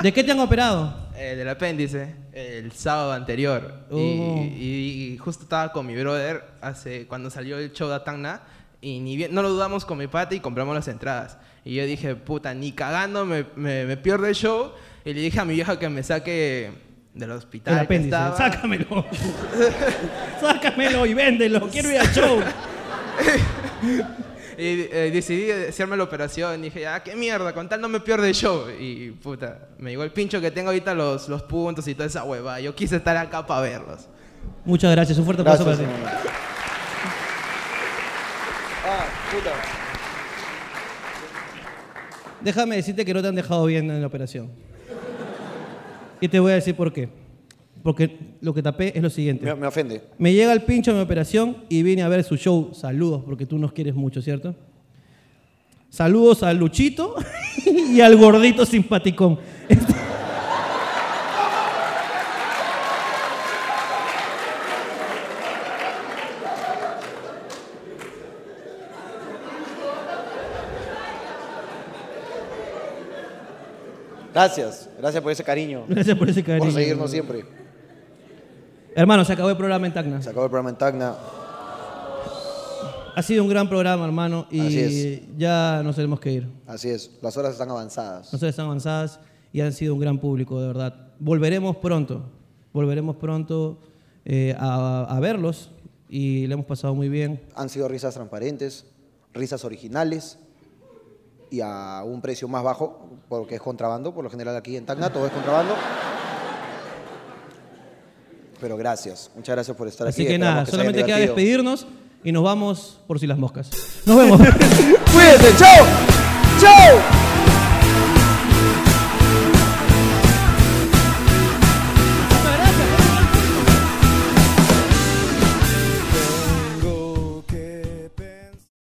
S2: ¿De qué te han operado?
S9: eh, del apéndice. El sábado anterior. Y-
S2: Oh.
S9: Y, y justo estaba con mi brother hace, cuando salió el show de Atangna. Y ni bien, no lo dudamos con mi pata y compramos las entradas. Y yo dije, puta, ni cagando me, me, me pierdo el show. Y le dije a mi vieja que me saque del hospital.
S2: El
S9: que
S2: apéndice.
S9: estaba.
S2: Sácamelo. Sácamelo y véndelo. Quiero ir al show.
S9: Y eh, decidí hacerme la operación. Dije, ah, qué mierda, con tal no me pierdo el show. Y puta, me llegó el pincho que tengo ahorita los, los puntos y toda esa hueva. Yo quise estar acá para verlos.
S2: Muchas gracias, un fuerte aplauso
S1: Gracias,
S2: para ti.
S1: hermano. Ah, puta.
S2: Déjame decirte que no te han dejado bien en la operación. Y te voy a decir por qué. Porque lo que tapé es lo
S1: Me,
S2: siguiente.
S1: me ofende.
S2: Me llega el pincho de mi operación y vine a ver su show. Saludos, porque tú nos quieres mucho, ¿cierto? Saludos a Luchito y al gordito simpaticón.
S1: Gracias, gracias por ese cariño.
S2: Gracias por ese cariño.
S1: Por seguirnos siempre.
S2: Hermano, se acabó el programa en Tacna.
S1: Se acabó el programa en Tacna.
S2: Ha sido un gran programa, hermano,
S1: Así
S2: y
S1: es.
S2: ya nos tenemos que ir.
S1: Así es, las horas están avanzadas.
S2: Nosotros están avanzadas y han sido un gran público, de verdad. Volveremos pronto, volveremos pronto eh, a, a verlos y le hemos pasado muy bien.
S1: Han sido risas transparentes, risas originales y a un precio más bajo, porque es contrabando. Por lo general aquí en Tacna todo es contrabando. Pero gracias, muchas gracias por estar
S2: Así
S1: aquí.
S2: que
S1: esperamos
S2: nada,
S1: se hayan
S2: solamente queda
S1: divertido.
S2: despedirnos y nos vamos por si las moscas. Nos vemos.
S1: Cuídense, chao, chao.